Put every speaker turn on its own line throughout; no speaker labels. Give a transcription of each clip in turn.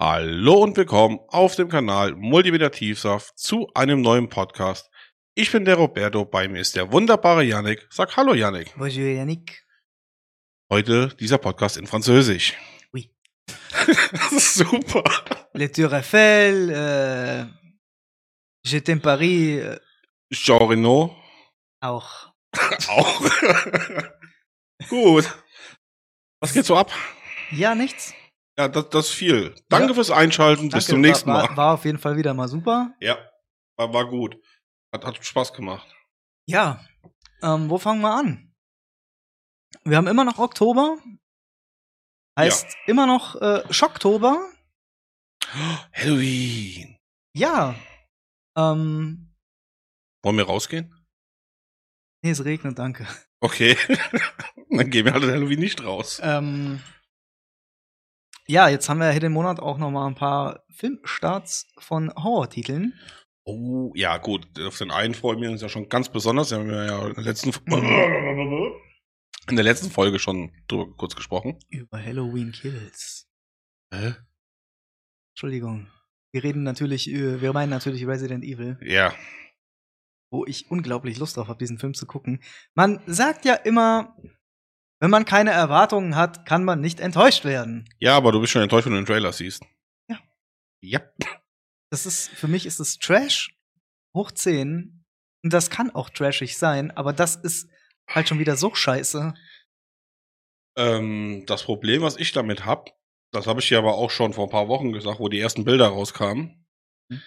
Hallo und willkommen auf dem Kanal Multimedia Tiefsaft zu einem neuen Podcast. Ich bin der Roberto, bei mir ist der wunderbare Yannick. Sag Hallo Yannick.
Bonjour Yannick.
Heute dieser Podcast in Französisch.
Oui.
das ist super.
Les Tours Eiffel, äh, Je t'aime Paris äh,
Jean Reno
auch.
auch. Gut. Was geht so ab?
Ja, nichts.
Ja, das, das ist viel. Danke
Ja.
fürs Einschalten. Bis
Danke,
zum nächsten
war,
Mal.
War, war auf jeden Fall wieder mal super.
Ja, war, war gut. Hat, hat Spaß gemacht.
Ja. Ähm, wo fangen wir an? Wir haben immer noch Oktober. Heißt immer noch äh, Schocktober.
Halloween.
Ja. Ähm,
Wollen wir rausgehen?
nee, es regnet, danke.
Okay. Dann gehen wir halt an Halloween nicht raus.
Ähm, ja, jetzt haben wir hier den Monat auch noch mal ein paar Filmstarts von Horrortiteln.
Oh, ja, gut. Auf den einen freuen wir uns ja schon ganz besonders. Da haben wir ja in der letzten, in der letzten Folge schon drüber kurz gesprochen.
Über Halloween Kills.
Hä?
Entschuldigung. Wir reden natürlich, äh, wir meinen natürlich Resident Evil,
Ja.
wo ich unglaublich Lust drauf habe, diesen Film zu gucken. Man sagt ja immer, wenn man keine Erwartungen hat, kann man nicht enttäuscht werden.
Ja, aber du bist schon enttäuscht, wenn du den Trailer siehst.
Ja.
Ja.
Das ist, für mich ist es Trash hoch 10. Und das kann auch trashig sein, aber das ist halt schon wieder so scheiße.
Ähm, das Problem, was ich damit habe, das habe ich dir aber auch schon vor ein paar Wochen gesagt, wo die ersten Bilder rauskamen,
Hm.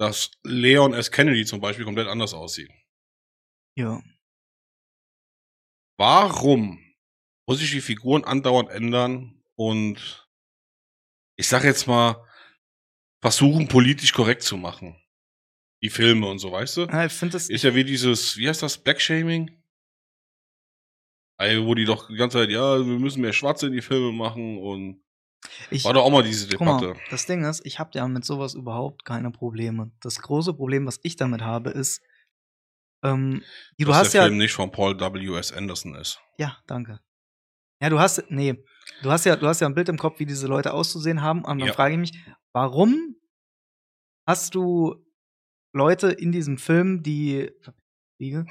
dass Leon S. Kennedy zum Beispiel komplett anders aussieht.
Ja.
Warum muss ich die Figuren andauernd ändern und ich sag jetzt mal, versuchen politisch korrekt zu machen? Die Filme und so, weißt du?
Ich finde das,
Ist ja wie dieses, wie heißt das, Black Shaming? Ey, wo die doch die ganze Zeit, ja, wir müssen mehr Schwarze in die Filme machen und
ich,
war doch auch mal diese
Guck
Debatte.
mal, das Ding ist, ich habe ja mit sowas überhaupt keine Probleme. Das große Problem, was ich damit habe, ist, ähm, du
dass
hast
der
ja,
Film nicht von Paul W. S. Anderson ist.
ja, danke. Ja, du hast, nee, du hast ja, du hast ja ein Bild im Kopf, wie diese Leute auszusehen haben. Und dann
Ja.
frage ich mich, warum hast du Leute in diesem Film, die Fliege?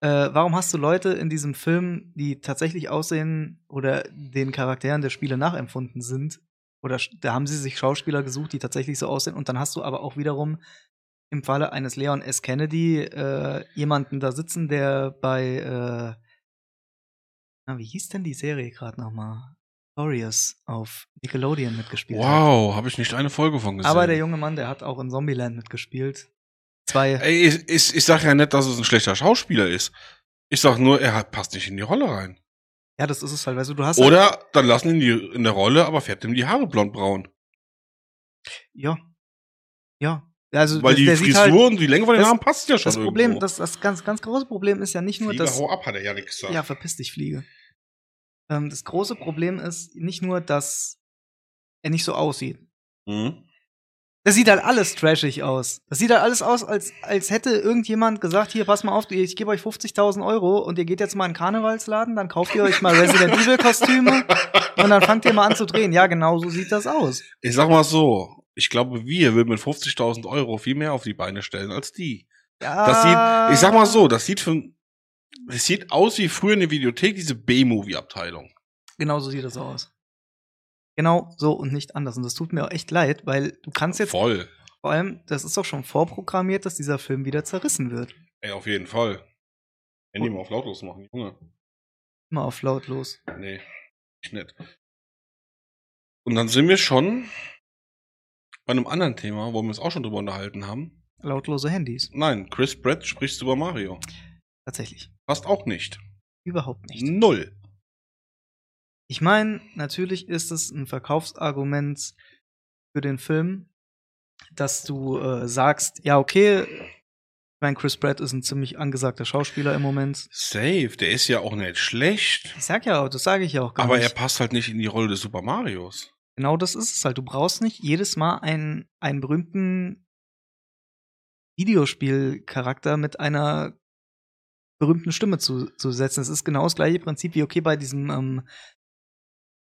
äh, warum hast du Leute in diesem Film, die tatsächlich aussehen oder den Charakteren der Spiele nachempfunden sind? Oder sch- da haben sie sich Schauspieler gesucht, die tatsächlich so aussehen. Und dann hast du aber auch wiederum im Falle eines Leon S. Kennedy äh, jemanden da sitzen, der bei äh, na, wie hieß denn die Serie gerade nochmal? Glorious auf Nickelodeon mitgespielt hat.
Wow, habe ich nicht eine Folge von gesehen.
Aber der junge Mann, der hat auch in Zombieland mitgespielt. Zwei.
Ey, ich, ich, ich sag ja nicht, dass es ein schlechter Schauspieler ist. Ich sag nur, er hat, passt nicht in die Rolle rein.
Ja, das ist es halt. Weißt du, du hast. Halt,
Oder dann lassen ihn die, in der Rolle, aber färbt ihm die Haare blond-braun.
ja. Ja. Also,
Weil
der,
die
der
Frisur
sieht halt,
und die Länge von den
das-
Haaren passt ja schon
das Problem,
irgendwo.
das, das ganz, ganz große Problem ist ja nicht nur,
Flieger,
dass.
hau ab, hat er ja nichts gesagt.
Ja, verpiss dich, Fliege. Ähm, das große Problem ist nicht nur, dass er nicht so aussieht.
Hm?
Das sieht halt alles trashig aus. Das sieht halt alles aus, als, als hätte irgendjemand gesagt, hier, pass mal auf, ich gebe euch 50.000 Euro und ihr geht jetzt mal in den Karnevalsladen, dann kauft ihr euch mal Resident Evil Kostüme und dann fangt ihr mal an zu drehen. Ja, genau so sieht das aus.
Ich sag mal so, ich glaube, wir würden mit 50.000 Euro viel mehr auf die Beine stellen als die.
Ja,
Das sieht, ich sag mal
Ah.
so, das sieht für, das sieht aus wie früher in der Videothek, diese B-Movie-Abteilung.
Genau so sieht das aus. Genau so und nicht anders. Und das tut mir auch echt leid, weil du kannst jetzt
Voll.
vor allem, das ist doch schon vorprogrammiert, dass dieser Film wieder zerrissen wird.
Ey, auf jeden Fall. Handy
Und-
mal auf lautlos machen, Junge.
Immer auf lautlos.
Nee, ich nicht. Und dann sind wir schon bei einem anderen Thema, wo wir uns auch schon drüber unterhalten haben.
Lautlose Handys.
Nein, Chris Pratt spricht über Mario.
Tatsächlich.
Passt auch nicht.
Überhaupt nicht.
Null.
Ich meine, natürlich ist es ein Verkaufsargument für den Film, dass du äh, sagst, ja, okay, ich mein Chris Pratt ist ein ziemlich angesagter Schauspieler im Moment.
Safe, der ist ja auch nicht schlecht.
Ich sag ja, auch, das sage ich ja auch gar
aber er
nicht.
passt halt nicht in die Rolle des Super Marios.
Genau das ist es halt. Du brauchst nicht jedes Mal einen, einen berühmten Videospielcharakter mit einer berühmten Stimme zu, zu setzen. Es ist genau das gleiche Prinzip wie, okay, bei diesem ähm,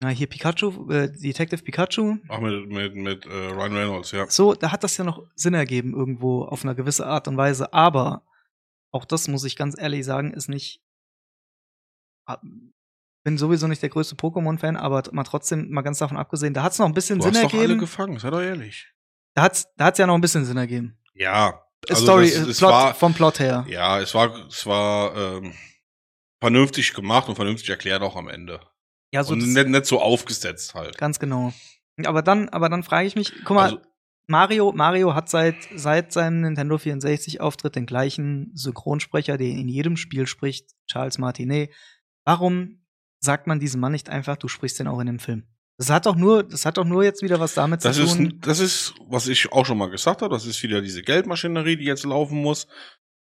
Na, hier Pikachu, äh, Detective Pikachu.
Ach, mit, mit, mit äh, Ryan Reynolds, ja.
So, da hat das ja noch Sinn ergeben irgendwo auf eine gewisse Art und Weise. Aber auch das muss ich ganz ehrlich sagen, ist nicht. ah, Bin sowieso nicht der größte Pokémon-Fan, aber mal trotzdem, mal ganz davon abgesehen, da hat es noch ein bisschen
Du
Sinn
hast doch alle
ergeben.
gefangen, sei doch ehrlich.
Da hat es da hat's ja noch ein bisschen Sinn ergeben.
Ja. Also
Story,
das-
äh,
es
Plot,
war-
vom Plot her.
Ja, es war, es war ähm, vernünftig gemacht und vernünftig erklärt auch am Ende.
Ja, so
und
Also das-
nicht, nicht so aufgesetzt halt.
Ganz genau. Aber dann, aber dann frage ich mich, guck mal,
Also-
Mario, Mario hat seit, seit seinem Nintendo 64-Auftritt den gleichen Synchronsprecher, den in jedem Spiel spricht, Charles Martinet. Warum sagt man diesem Mann nicht einfach, du sprichst den auch in dem Film? Das hat doch nur, das hat doch nur jetzt wieder was damit
Das
zu
ist,
tun.
das ist, was ich auch schon mal gesagt habe, das ist wieder diese Geldmaschinerie, die jetzt laufen muss.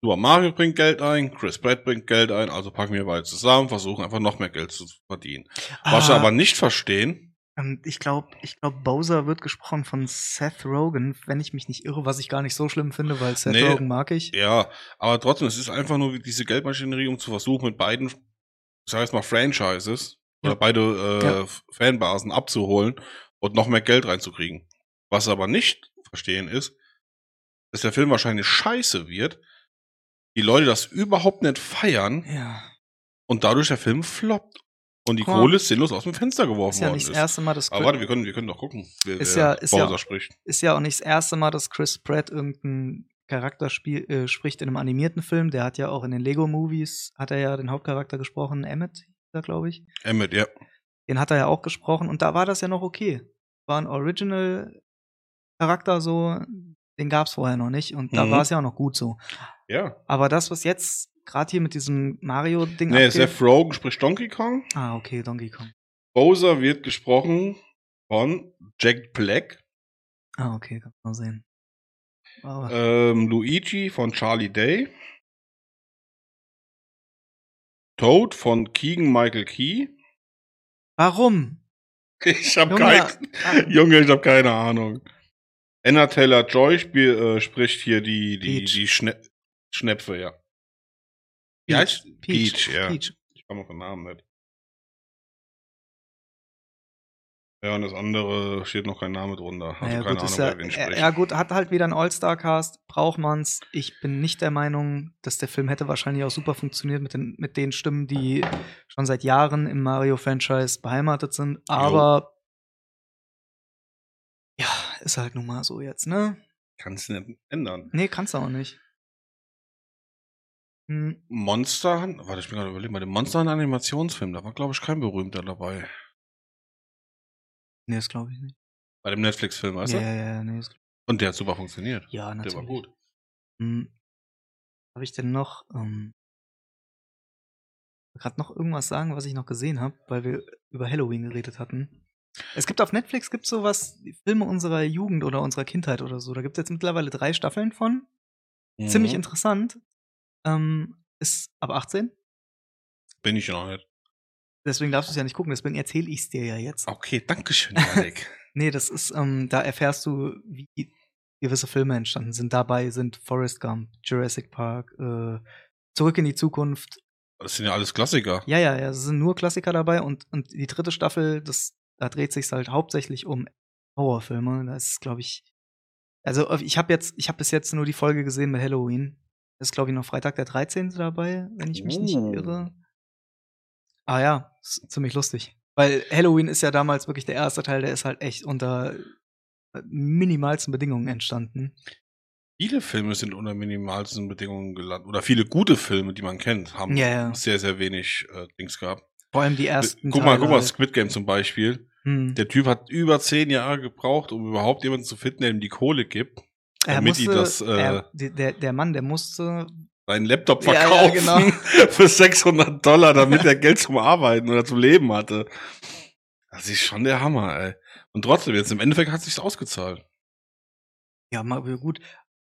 Super Mario bringt Geld ein, Chris Pratt bringt Geld ein, also packen wir beide zusammen, versuchen einfach noch mehr Geld zu verdienen. Was wir
Ah,
aber nicht verstehen,
ähm, ich glaube, ich glaube, Bowser wird gesprochen von Seth Rogen, wenn ich mich nicht irre, was ich gar nicht so schlimm finde, weil Seth
Nee.
Rogen mag ich.
ja, aber trotzdem, es ist einfach nur diese Geldmaschinerie, um zu versuchen, mit beiden, ich sag jetzt mal, Franchises
Ja.
oder beide äh,
Ja.
Fanbasen abzuholen und noch mehr Geld reinzukriegen. Was wir aber nicht verstehen ist, dass der Film wahrscheinlich scheiße wird, die Leute das überhaupt nicht feiern
Ja.
und dadurch der Film floppt und die
Guck mal.
Kohle sinnlos aus dem Fenster geworfen
Ist ja
worden
nicht
ist.
das erste Mal, dass
Aber warte, wir können, wir können doch gucken, wer,
Ist
wer
ja- ist ja-
Bowser spricht.
ist ja auch nicht das erste Mal, dass Chris Pratt irgendeinen Charakter spiel, äh, spricht in einem animierten Film. Der hat ja auch in den Lego-Movies, hat er ja den Hauptcharakter gesprochen, Emmett, glaube ich.
Emmett, ja.
Den hat er ja auch gesprochen und da war das ja noch okay. War ein Original-Charakter so, den gab es vorher noch nicht und da
Mhm.
war es ja auch noch gut so.
Ja.
Aber das, was jetzt gerade hier mit diesem Mario-Ding
Nee,
abgeht-
Seth Rogen spricht Donkey Kong.
Ah, okay, Donkey Kong.
Bowser wird gesprochen von Jack Black.
Ah, okay, kann man sehen. Aber,
Ähm, Luigi von Charlie Day. Toad von Keegan Michael Key.
warum?
Ich hab
Junge,
kein,
ah,
Junge, ich habe keine Ahnung. Anna Taylor Joy spiel, äh, spricht hier die, die,
Peach.
die Schne Schnepfe, ja. Wie
Peach,
heißt?
Peach,
Peach, ja.
Peach.
Ich komme auf den Namen nicht. Ja, und das andere steht noch kein Name drunter. Also
Naja,
keine
gut,
Ahnung,
ist ja,
wer wen
ja,
spricht.
ja, gut, hat halt wieder einen All-Star-Cast, braucht man's. Ich bin nicht der Meinung, dass der Film hätte wahrscheinlich auch super funktioniert mit den, mit den Stimmen, die schon seit Jahren im Mario-Franchise beheimatet sind. Aber ja, ist halt nun mal so jetzt, ne?
Kannst du nicht ändern.
Nee, kannst du auch nicht. Hm,
Monster Hunter, warte, ich bin gerade überlegen, bei dem Monster Hunter Animationsfilm, da war glaube ich kein berühmter dabei.
nee, das glaube ich nicht.
Bei dem Netflix-Film, weißt
ja,
du?
ja, ja, nee, das,
Und der hat super funktioniert.
ja, natürlich.
Der war gut.
Hm. Habe ich denn noch ähm, gerade noch irgendwas sagen, was ich noch gesehen habe, weil wir über Halloween geredet hatten? Es gibt auf Netflix gibt sowas die Filme unserer Jugend oder unserer Kindheit oder so. Da gibt es jetzt mittlerweile drei Staffeln von. Ziemlich
Mhm.
interessant. Ähm, ist ab 18.
Bin ich noch nicht.
Deswegen darfst du es ja nicht gucken. Deswegen erzähle ich es dir ja jetzt.
Okay, Dankeschön, Alec.
Nee, das ist, ähm, da erfährst du, wie gewisse Filme entstanden sind. Dabei sind Forrest Gump, Jurassic Park, äh, Zurück in die Zukunft,
das sind ja alles Klassiker.
Ja, ja, ja, es sind nur Klassiker dabei und, und die dritte Staffel, das, da dreht sich halt hauptsächlich um Horrorfilme. Da ist, glaube ich. Also ich habe jetzt, ich habe bis jetzt nur die Folge gesehen mit Halloween. Das ist, glaube ich, noch Freitag der 13. dabei, wenn ich mich nicht
Oh.
irre. Ah ja, ist ziemlich lustig. Weil Halloween ist ja damals wirklich der erste Teil, der ist halt echt unter äh, minimalsten Bedingungen entstanden.
Viele Filme sind unter minimalsten Bedingungen gelandet. Oder viele gute Filme, die man kennt, haben
Ja, ja.
sehr, sehr wenig äh, Dings gehabt.
Vor allem die ersten.
Äh, guck mal,
Teile
guck mal,
halt.
Squid Game zum Beispiel.
Hm.
Der Typ hat über zehn Jahre gebraucht, um überhaupt jemanden zu finden, der ihm die Kohle gibt.
Er
damit die
musste-
das, äh,
er, der- der, der Mann, der musste
Seinen Laptop
Ja, ja,
verkaufen
genau.
für 600 Dollar, damit er Geld zum Arbeiten oder zum Leben hatte. Das ist schon der Hammer, ey. Und trotzdem, jetzt im Endeffekt hat sich's ausgezahlt.
Ja, mal gut.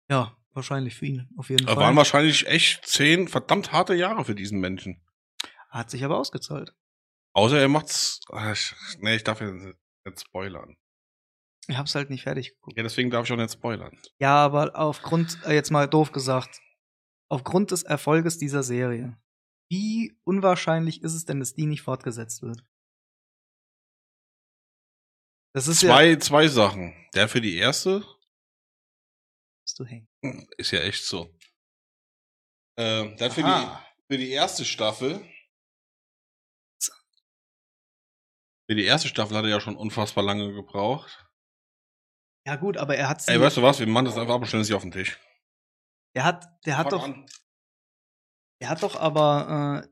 Ja, wahrscheinlich für ihn, auf jeden
Da
Fall.
waren wahrscheinlich echt zehn verdammt harte Jahre für diesen Menschen.
Hat sich aber ausgezahlt.
Außer er macht's. Ah, ich- Nee, ich darf jetzt nicht spoilern.
Ich hab's halt nicht fertig geguckt.
Ja, deswegen darf ich auch nicht spoilern.
Ja, aber aufgrund, äh, jetzt mal doof gesagt, aufgrund des Erfolges dieser Serie, wie unwahrscheinlich ist es denn, dass die nicht fortgesetzt wird? Das ist ja.
Zwei, zwei Sachen. Der für die erste
Bist du hängen.
ist ja echt so. Ähm, dann für die,
Aha.
für die erste Staffel. Für die erste Staffel hat er ja schon unfassbar lange gebraucht.
Ja, gut, aber er hat sie.
Ey, weißt du was? Wir machen das einfach ab und stellen es hier auf den Tisch.
der hat, der hat
Fang
doch,
an.
der hat doch aber, äh,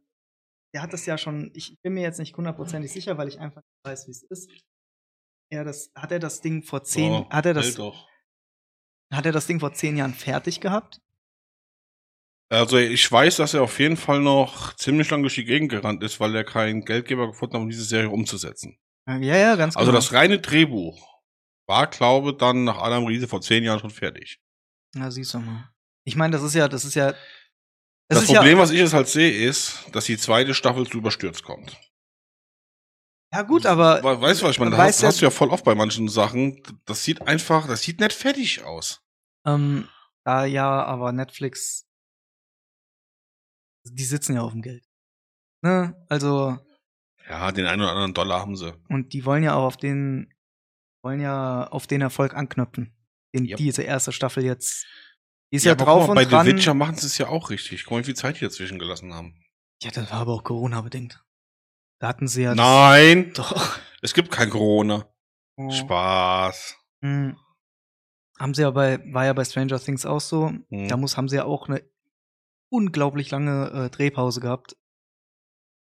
der hat das ja schon, ich bin mir jetzt nicht hundertprozentig sicher, weil ich einfach nicht weiß, wie es ist. Er das, hat er das Ding vor zehn,
So,
hat er
hält
das,
Doch.
hat er das Ding vor zehn Jahren fertig gehabt?
Also ich weiß, dass er auf jeden Fall noch ziemlich lang durch die Gegend gerannt ist, weil er keinen Geldgeber gefunden hat, um diese Serie umzusetzen.
Ja, ja, ganz genau.
Also das reine Drehbuch war, glaube dann nach Adam Riese vor zehn Jahren schon fertig.
Na, siehst du mal. Ich meine, das ist ja, das ist ja.
Das,
ist
Problem, was ich jetzt halt sehe, ist, dass die zweite Staffel zu überstürzt kommt.
ja, ja, gut, aber.
We- Weißt du, was ich meine? Das
Weißt
hast,
du-
hast du ja voll oft bei manchen Sachen. Das sieht einfach, das sieht nicht fertig aus.
Ähm, da ja, aber Netflix, die sitzen ja auf dem Geld. Ne? Also,
Ja, den einen oder anderen Dollar haben sie.
und die wollen ja auch auf den, wollen ja auf den Erfolg anknüpfen, den
Yep.
diese erste Staffel jetzt, die ist
Ja,
ja,
aber
drauf
guck
und
mal, bei
dran.
The Witcher machen sie es ja auch richtig. Guck mal, wie viel Zeit die dazwischen gelassen haben.
ja, das war aber auch Corona-bedingt. Da hatten sie ja.
Nein,
Doch.
es gibt kein Corona.
Oh.
Spaß.
Hm. Haben sie ja bei, war ja bei Stranger Things auch so.
Hm.
Da muss, haben sie ja auch eine unglaublich lange äh, Drehpause gehabt.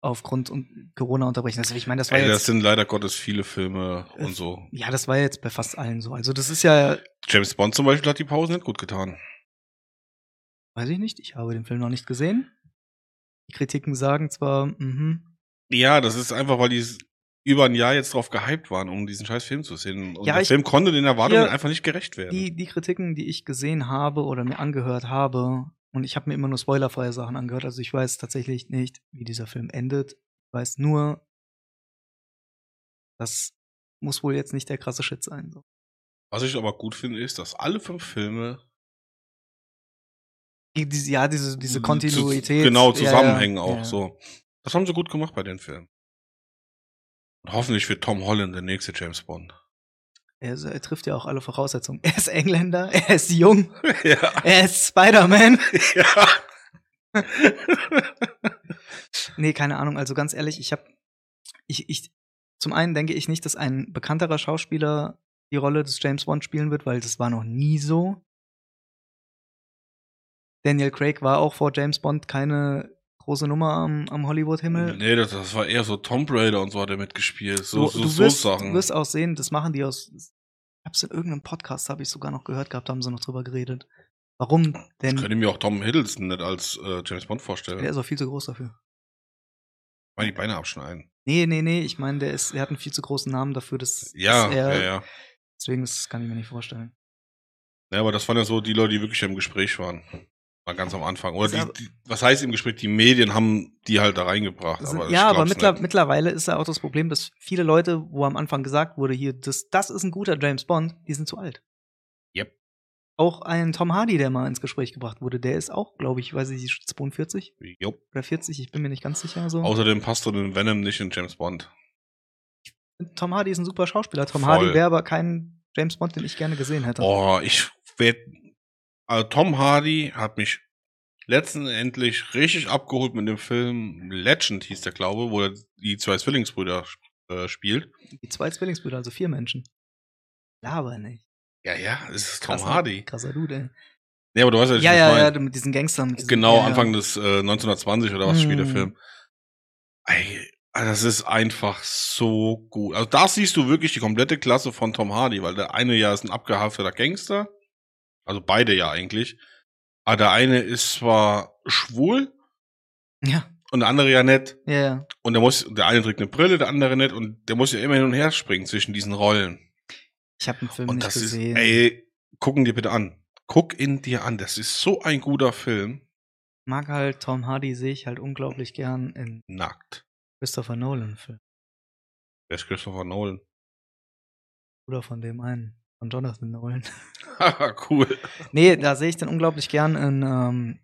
Aufgrund und Corona-Unterbrechen. Also ich meine, das war
Ey, das
jetzt.
sind leider Gottes viele Filme
Äh,
und so.
ja, das war jetzt bei fast allen so. Also das ist ja,
James Bond zum Beispiel hat die Pause nicht gut getan.
weiß ich nicht, ich habe den Film noch nicht gesehen. Die Kritiken sagen zwar, mhm.
Ja, das ist einfach, weil die s- über ein Jahr jetzt drauf gehypt waren, um diesen scheiß Film zu sehen. Und
Ja,
der
ich-
Film konnte den Erwartungen
Hier-
einfach nicht gerecht werden.
die, die Kritiken, die ich gesehen habe oder mir angehört habe, und ich habe mir immer nur spoilerfreie Sachen angehört, also ich weiß tatsächlich nicht, wie dieser Film endet. Ich weiß nur, das muss wohl jetzt nicht der krasse Shit sein. So.
Was ich aber gut finde, ist, dass alle fünf Filme
Die, diese, ja, diese, diese
Mhm. zu-
Kontinuität.
genau
ja, ja,
zusammenhängen auch.
ja.
So, das haben sie gut gemacht bei den Filmen. Und hoffentlich wird Tom Holland der nächste James Bond.
Er, ist- er trifft ja auch alle Voraussetzungen. Er ist Engländer, er ist jung,
ja,
er ist Spider-Man.
ja.
Nee, keine Ahnung. Also ganz ehrlich, ich habe, ich, ich, zum einen denke ich nicht, dass ein bekannterer Schauspieler die Rolle des James Bond spielen wird, weil das war noch nie so. Daniel Craig war auch vor James Bond keine große Nummer am, am Hollywood-Himmel.
Nee, das, das war eher so Tomb Raider und so hat er mitgespielt. So,
Du-
so,
du
so
wirst,
Sachen.
Du wirst auch sehen, das machen die aus. Ich hab's in irgendeinem Podcast, habe ich sogar noch gehört gehabt, da haben sie noch drüber geredet. Warum
Ich
denn?
könnte mir auch Tom Hiddleston nicht als äh, James Bond vorstellen.
Der ist auch viel zu groß dafür.
Mal die Beine abschneiden.
Nee, nee, nee, ich meine, der ist, der hat einen viel zu großen Namen dafür, dass,
Ja,
dass er,
ja, ja.
deswegen das kann ich mir nicht vorstellen.
Ja, aber das waren ja so die Leute, die wirklich im Gespräch waren. War ganz am Anfang.
Ist
Oder
aber-
die, die, was heißt im Gespräch? Die Medien haben die halt da reingebracht.
Das sind,
Aber ich
ja, aber
glaub's
mittler,
nicht.
mittlerweile ist ja auch das Problem, dass viele Leute, wo am Anfang gesagt wurde, hier, das, das ist ein guter James Bond, die sind zu alt.
Yep.
Auch ein Tom Hardy, der mal ins Gespräch gebracht wurde, der ist auch, glaube ich, weiß ich, nicht, 42
Jo.
oder 40, ich bin mir nicht ganz sicher. So.
Außerdem passt so ein Venom nicht in James Bond.
Tom Hardy ist ein super Schauspieler. Tom
Voll. Oh.
Hardy wäre aber kein James Bond, den ich gerne gesehen hätte.
Boah, ich werd. Also Tom Hardy hat mich letzten endlich richtig abgeholt mit dem Film Legend hieß der, glaube wo er die zwei Zwillingsbrüder äh, spielt.
Die zwei Zwillingsbrüder, also vier Menschen. Laber nicht.
Ja, ja, es ist Tom
Krasser-
Hardy.
Krasser Dude, ey.
Ja, aber du weißt ja, was
ne? Ja,
ich
ja,
mein.
ja, mit diesen Gangstern. Mit diesen,
Genau,
ja, ja.
Anfang des äh, 1920 oder was
Mm.
spielt der Film. Ey, also das ist einfach so gut. Also da siehst du wirklich die komplette Klasse von Tom Hardy, weil der eine ja ist ein abgehafteter Gangster. Also beide ja eigentlich. Aber der eine ist zwar schwul
Ja,
und der andere ja nicht.
ja, ja.
Und der muss, der eine trägt eine Brille, der andere nicht. Und der muss ja immer hin und her springen zwischen diesen Rollen.
Ich habe den Film
Und
nicht
das ist,
gesehen.
ey, gucken dir bitte an. Guck ihn dir an. Das ist so ein guter Film.
mag halt Tom Hardy, sehe ich halt unglaublich gern in
Nackt.
Christopher Nolan-Filmen.
Der ist Christopher Nolan.
Oder von dem einen, von Jonathan Nolan.
Haha, cool.
nee, da sehe ich den unglaublich gern in, ähm,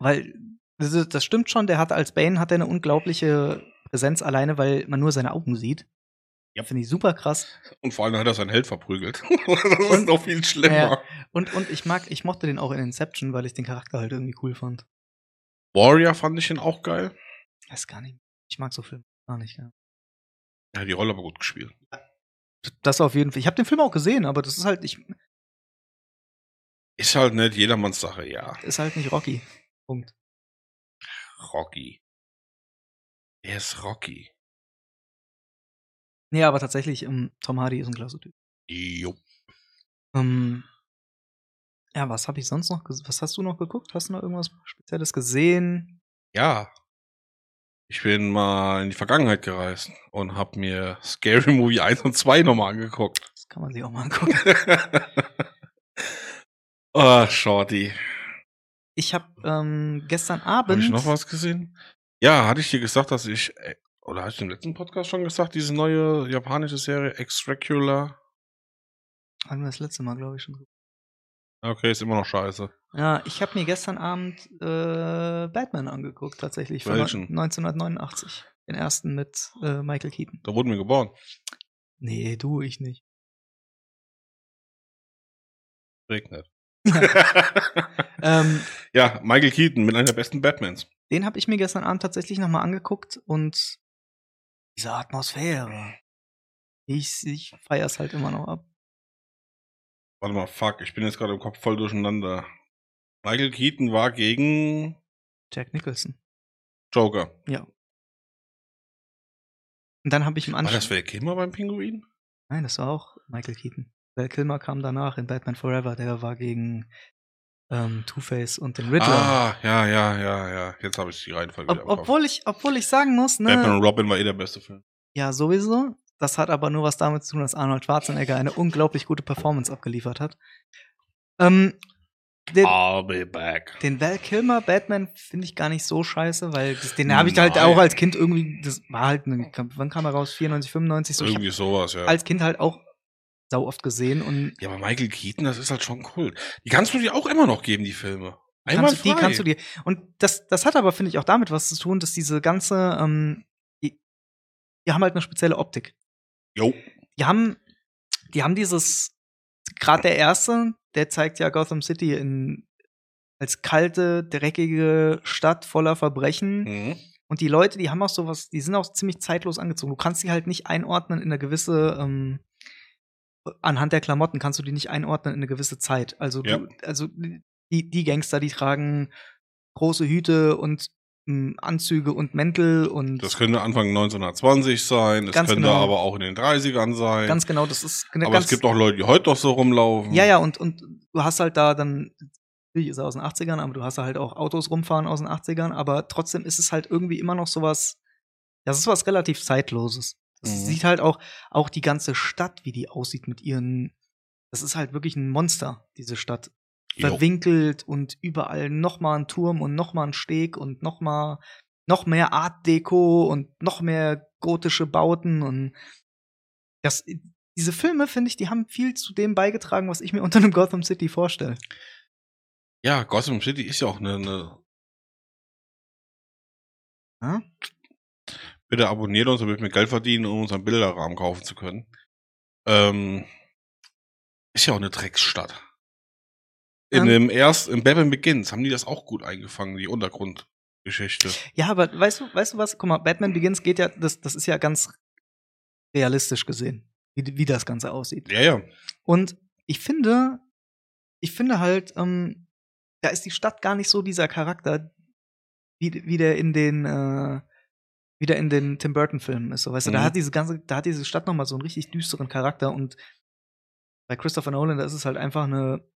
weil das, ist- das stimmt schon, der hat als Bane hat er eine unglaubliche Präsenz alleine, weil man nur seine Augen sieht.
Ja.
Finde ich super krass.
Und vor allem hat er seinen Held verprügelt. das ist noch viel schlimmer.
Und, und ich mag, ich mochte den auch in Inception, weil ich den Charakter halt irgendwie cool fand.
Warrior fand ich ihn auch geil.
Weiß gar nicht. Ich mag so Filme gar nicht, ja.
Er hat die Rolle aber gut gespielt.
Das auf jeden Fall. Ich habe den Film auch gesehen, aber das ist halt, ich,
Ist halt nicht jedermanns Sache, ja.
ist halt nicht Rocky. Punkt.
Rocky. Er ist Rocky.
Nee, aber tatsächlich, ähm, Tom Hardy ist ein klasse Typ.
Jo.
Ähm, ja, was habe ich sonst noch ges- Was hast du noch geguckt? Hast du noch irgendwas Spezielles gesehen?
Ja. Ich bin mal in die Vergangenheit gereist und hab mir Scary Movie 1 und 2 nochmal angeguckt.
Das kann man sich auch mal angucken.
oh, Shorty.
Ich habe ähm, gestern
Habe
Abend.
ich noch was gesehen? Ja, hatte ich dir gesagt, dass ich. äh, Oder hatte ich im letzten Podcast schon gesagt, diese neue japanische Serie Extracula?
Hatten wir das letzte Mal, glaube ich, schon.
Okay, ist immer noch scheiße.
Ja, ich habe mir gestern Abend äh, Batman angeguckt, tatsächlich. von
Welchen?
1989. Den ersten mit äh, Michael Keaton.
Da wurden wir geboren.
Nee, du, ich nicht.
Regnet.
Ähm,
ja, Michael Keaton mit einer der besten Batmans.
den habe ich mir gestern Abend tatsächlich nochmal angeguckt und diese Atmosphäre. Ich, ich feiere es halt immer noch ab.
Warte mal, fuck, ich bin jetzt gerade im Kopf voll durcheinander. Michael Keaton war gegen
Jack Nicholson.
Joker.
Und dann habe ich im
War
Anschluss.
das Val Kilmer beim Pinguin?
Nein, das war auch Michael Keaton. Val Kilmer kam danach in Batman Forever, der war gegen ähm, Two-Face und den Riddler.
Ah, ja, ja, ja, ja. Jetzt habe ich die Reihenfolge
Ob,
wieder im Kopf.
obwohl, ich, obwohl ich sagen muss, ne?
Batman und Robin war eh der beste Film.
Ja, sowieso. Das hat aber nur was damit zu tun, dass Arnold Schwarzenegger eine unglaublich gute Performance abgeliefert hat. Ähm, den,
I'll be back.
den Val Kilmer Batman finde ich gar nicht so scheiße, weil das, den habe ich halt
Nein.
auch als Kind irgendwie, das war halt, ne, kam- wann kam er raus? 94, 95? So, ich habe
Irgendwie sowas, ja.
als Kind halt auch sau oft gesehen und
Ja, aber Michael Keaton, das ist halt schon cool. Die kannst du dir auch immer noch geben, die Filme. Einmal
kannst du, die kannst du dir. Und das, das hat aber, finde ich, auch damit was zu tun, dass diese ganze, ähm, die, die haben halt eine spezielle Optik.
Jo.
Die haben, die haben dieses, gerade der erste, der zeigt ja Gotham City in, als kalte, dreckige Stadt voller Verbrechen.
Mhm.
Und die Leute, die haben auch sowas, die sind auch ziemlich zeitlos angezogen. Du kannst die halt nicht einordnen in eine gewisse, ähm, anhand der Klamotten kannst du die nicht einordnen in eine gewisse Zeit. Also,
Ja.
du, also die, die Gangster, die tragen große Hüte und ähm, Anzüge und Mäntel und
Das könnte Anfang 1920 sein, das
Ganz
könnte
genau.
aber auch in den 30ern sein.
ganz genau, das ist
aber
ganz,
es gibt auch Leute, die heute noch so rumlaufen.
Ja, ja, und, und du hast halt da dann, natürlich ist er aus den 80ern, aber du hast da halt auch Autos rumfahren aus den 80ern, aber trotzdem ist es halt irgendwie immer noch sowas, das ist was relativ Zeitloses. Das
Mhm.
sieht halt auch, auch die ganze Stadt, wie die aussieht mit ihren, das ist halt wirklich ein Monster, diese Stadt.
Jo.
Verwinkelt und überall nochmal ein Turm und nochmal ein Steg und nochmal, noch mehr Art Deco und noch mehr gotische Bauten und das, diese Filme, finde ich, die haben viel zu dem beigetragen, was ich mir unter einem Gotham City vorstelle.
Ja, Gotham City ist ja auch eine. eine
Ja?
Bitte abonniert uns, damit wir Geld verdienen, um unseren Bilderrahmen kaufen zu können. Ähm, ist ja auch eine Drecksstadt. In
Ähm.
dem erst, im Batman Begins haben die das auch gut eingefangen, die Untergrundgeschichte.
Ja, aber weißt du, weißt du was? Guck mal, Batman Begins geht ja, das, das ist ja ganz realistisch gesehen, wie, wie das Ganze aussieht.
Ja, ja.
Und ich finde, ich finde halt, ähm, da ist die Stadt gar nicht so dieser Charakter, wie, wie der in den, äh, wie der in den Tim Burton-Filmen ist. So, weißt du, da
Mhm.
hat diese ganze, da hat diese Stadt nochmal so einen richtig düsteren Charakter und bei Christopher Nolan, da ist es halt einfach eine, ne,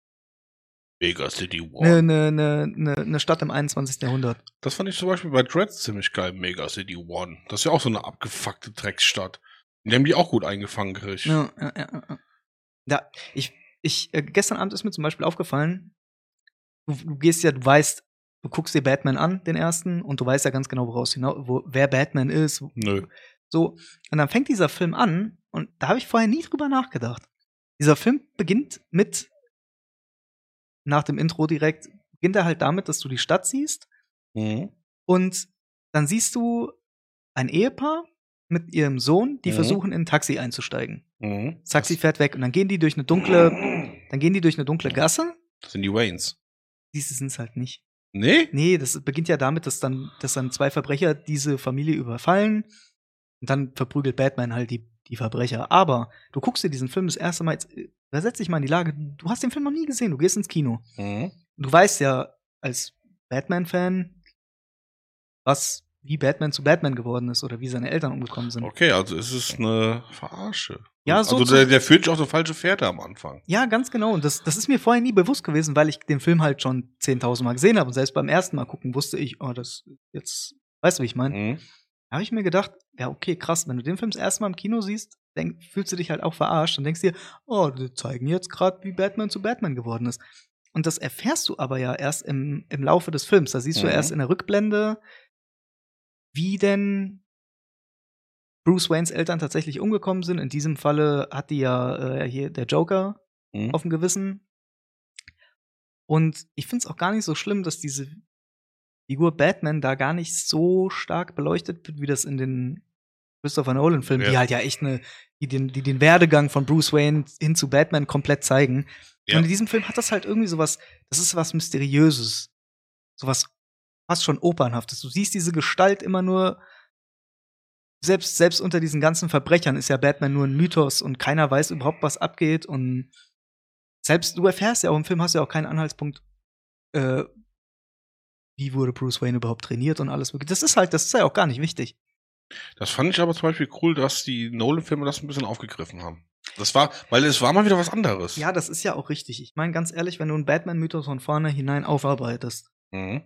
Mega City War.
eine, eine, eine, eine, eine ne, Stadt im 21. Jahrhundert.
Das fand ich zum Beispiel bei Dreads ziemlich geil, Mega City One. Das ist ja auch so eine abgefuckte Drecksstadt. Die haben die auch gut eingefangen gekriegt.
Ja, ja, ja, ja, ja. Da, ich, ich, äh, gestern Abend ist mir zum Beispiel aufgefallen, du, du gehst ja, du weißt, du guckst dir Batman an, den ersten, und du weißt ja ganz genau, woraus hinaus, wo, wer Batman ist,
Nö.
so. Und dann fängt dieser Film an, und da habe ich vorher nie drüber nachgedacht. Dieser Film beginnt mit, nach dem Intro direkt, beginnt er halt damit, dass du die Stadt siehst,
Mhm.
und dann siehst du ein Ehepaar, mit ihrem Sohn, die
Mhm.
versuchen in ein Taxi einzusteigen.
Mhm.
Das Taxi fährt weg und dann gehen die durch eine dunkle, dann gehen die durch eine dunkle Gasse.
Das sind die Waynes.
Diese sind es halt nicht.
Nee?
Nee, das beginnt ja damit, dass dann, dass dann zwei Verbrecher diese Familie überfallen und dann verprügelt Batman halt die, die Verbrecher. Aber du guckst dir diesen Film das erste Mal, jetzt äh, versetz dich mal in die Lage, du hast den Film noch nie gesehen, du gehst ins Kino.
Mhm.
Du weißt ja als Batman-Fan, was, wie Batman zu Batman geworden ist oder wie seine Eltern umgekommen sind.
Okay, also es ist eine Verarsche.
Ja, so
Also
zu-
der, der führt dich auf eine falsche Fährte am Anfang.
Ja, ganz genau. Und das, das ist mir vorher nie bewusst gewesen, weil ich den Film halt schon 10.000 Mal gesehen habe. Und selbst beim ersten Mal gucken wusste ich, oh, das jetzt, weißt du, wie ich meine?
Mhm.
Da habe ich mir gedacht, ja, okay, krass, wenn du den Film das erste Mal im Kino siehst, denk, fühlst du dich halt auch verarscht und denkst dir, oh, die zeigen jetzt gerade, wie Batman zu Batman geworden ist. Und das erfährst du aber ja erst im, im Laufe des Films. Da siehst du
Mhm.
erst in der Rückblende, wie denn Bruce Waynes Eltern tatsächlich umgekommen sind. In diesem Falle hat die ja äh, hier der Joker
Mhm.
auf dem Gewissen. Und ich finde es auch gar nicht so schlimm, dass diese Figur Batman da gar nicht so stark beleuchtet wird, wie das in den Christopher Nolan-Filmen, die
Ja.
halt ja echt eine, die den, die den Werdegang von Bruce Wayne hin zu Batman komplett zeigen.
Ja.
Und in diesem Film hat das halt irgendwie sowas, das ist was Mysteriöses. Sowas fast schon Opernhaftes. Du siehst diese Gestalt immer nur, selbst, selbst unter diesen ganzen Verbrechern ist ja Batman nur ein Mythos und keiner weiß überhaupt, was abgeht und selbst du erfährst ja auch im Film, hast ja auch keinen Anhaltspunkt, äh, wie wurde Bruce Wayne überhaupt trainiert und alles. mögliche. Das ist halt, das ist ja auch gar nicht wichtig.
Das fand ich aber zum Beispiel cool, dass die Nolan-Filme das ein bisschen aufgegriffen haben. Das war, weil es war mal wieder was anderes.
Ja, das ist ja auch richtig. Ich meine, ganz ehrlich, wenn du einen Batman-Mythos von vorne hinein aufarbeitest,
Mhm.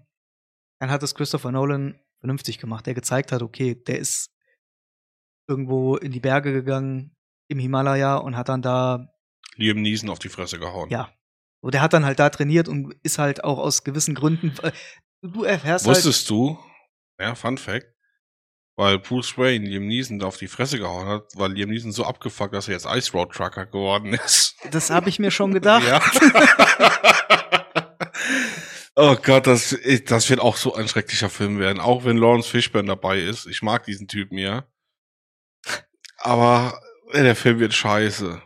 dann hat es Christopher Nolan vernünftig gemacht, der gezeigt hat, okay, der ist irgendwo in die Berge gegangen im Himalaya und hat dann da
Liam Neeson auf die Fresse gehauen.
Ja. So, der hat dann halt da trainiert und ist halt auch aus gewissen Gründen. äh, Du erfährst halt.
Wusstest du, ja, Fun Fact, weil Bruce Wayne Liam Neeson da auf die Fresse gehauen hat, weil Liam Neeson so abgefuckt, dass er jetzt Ice Road Trucker geworden ist.
Das habe ich mir schon gedacht.
Ja. oh Gott, das, das wird auch so ein schrecklicher Film werden, auch wenn Lawrence Fishburne dabei ist. Ich mag diesen Typen ja. Aber äh, der Film wird scheiße.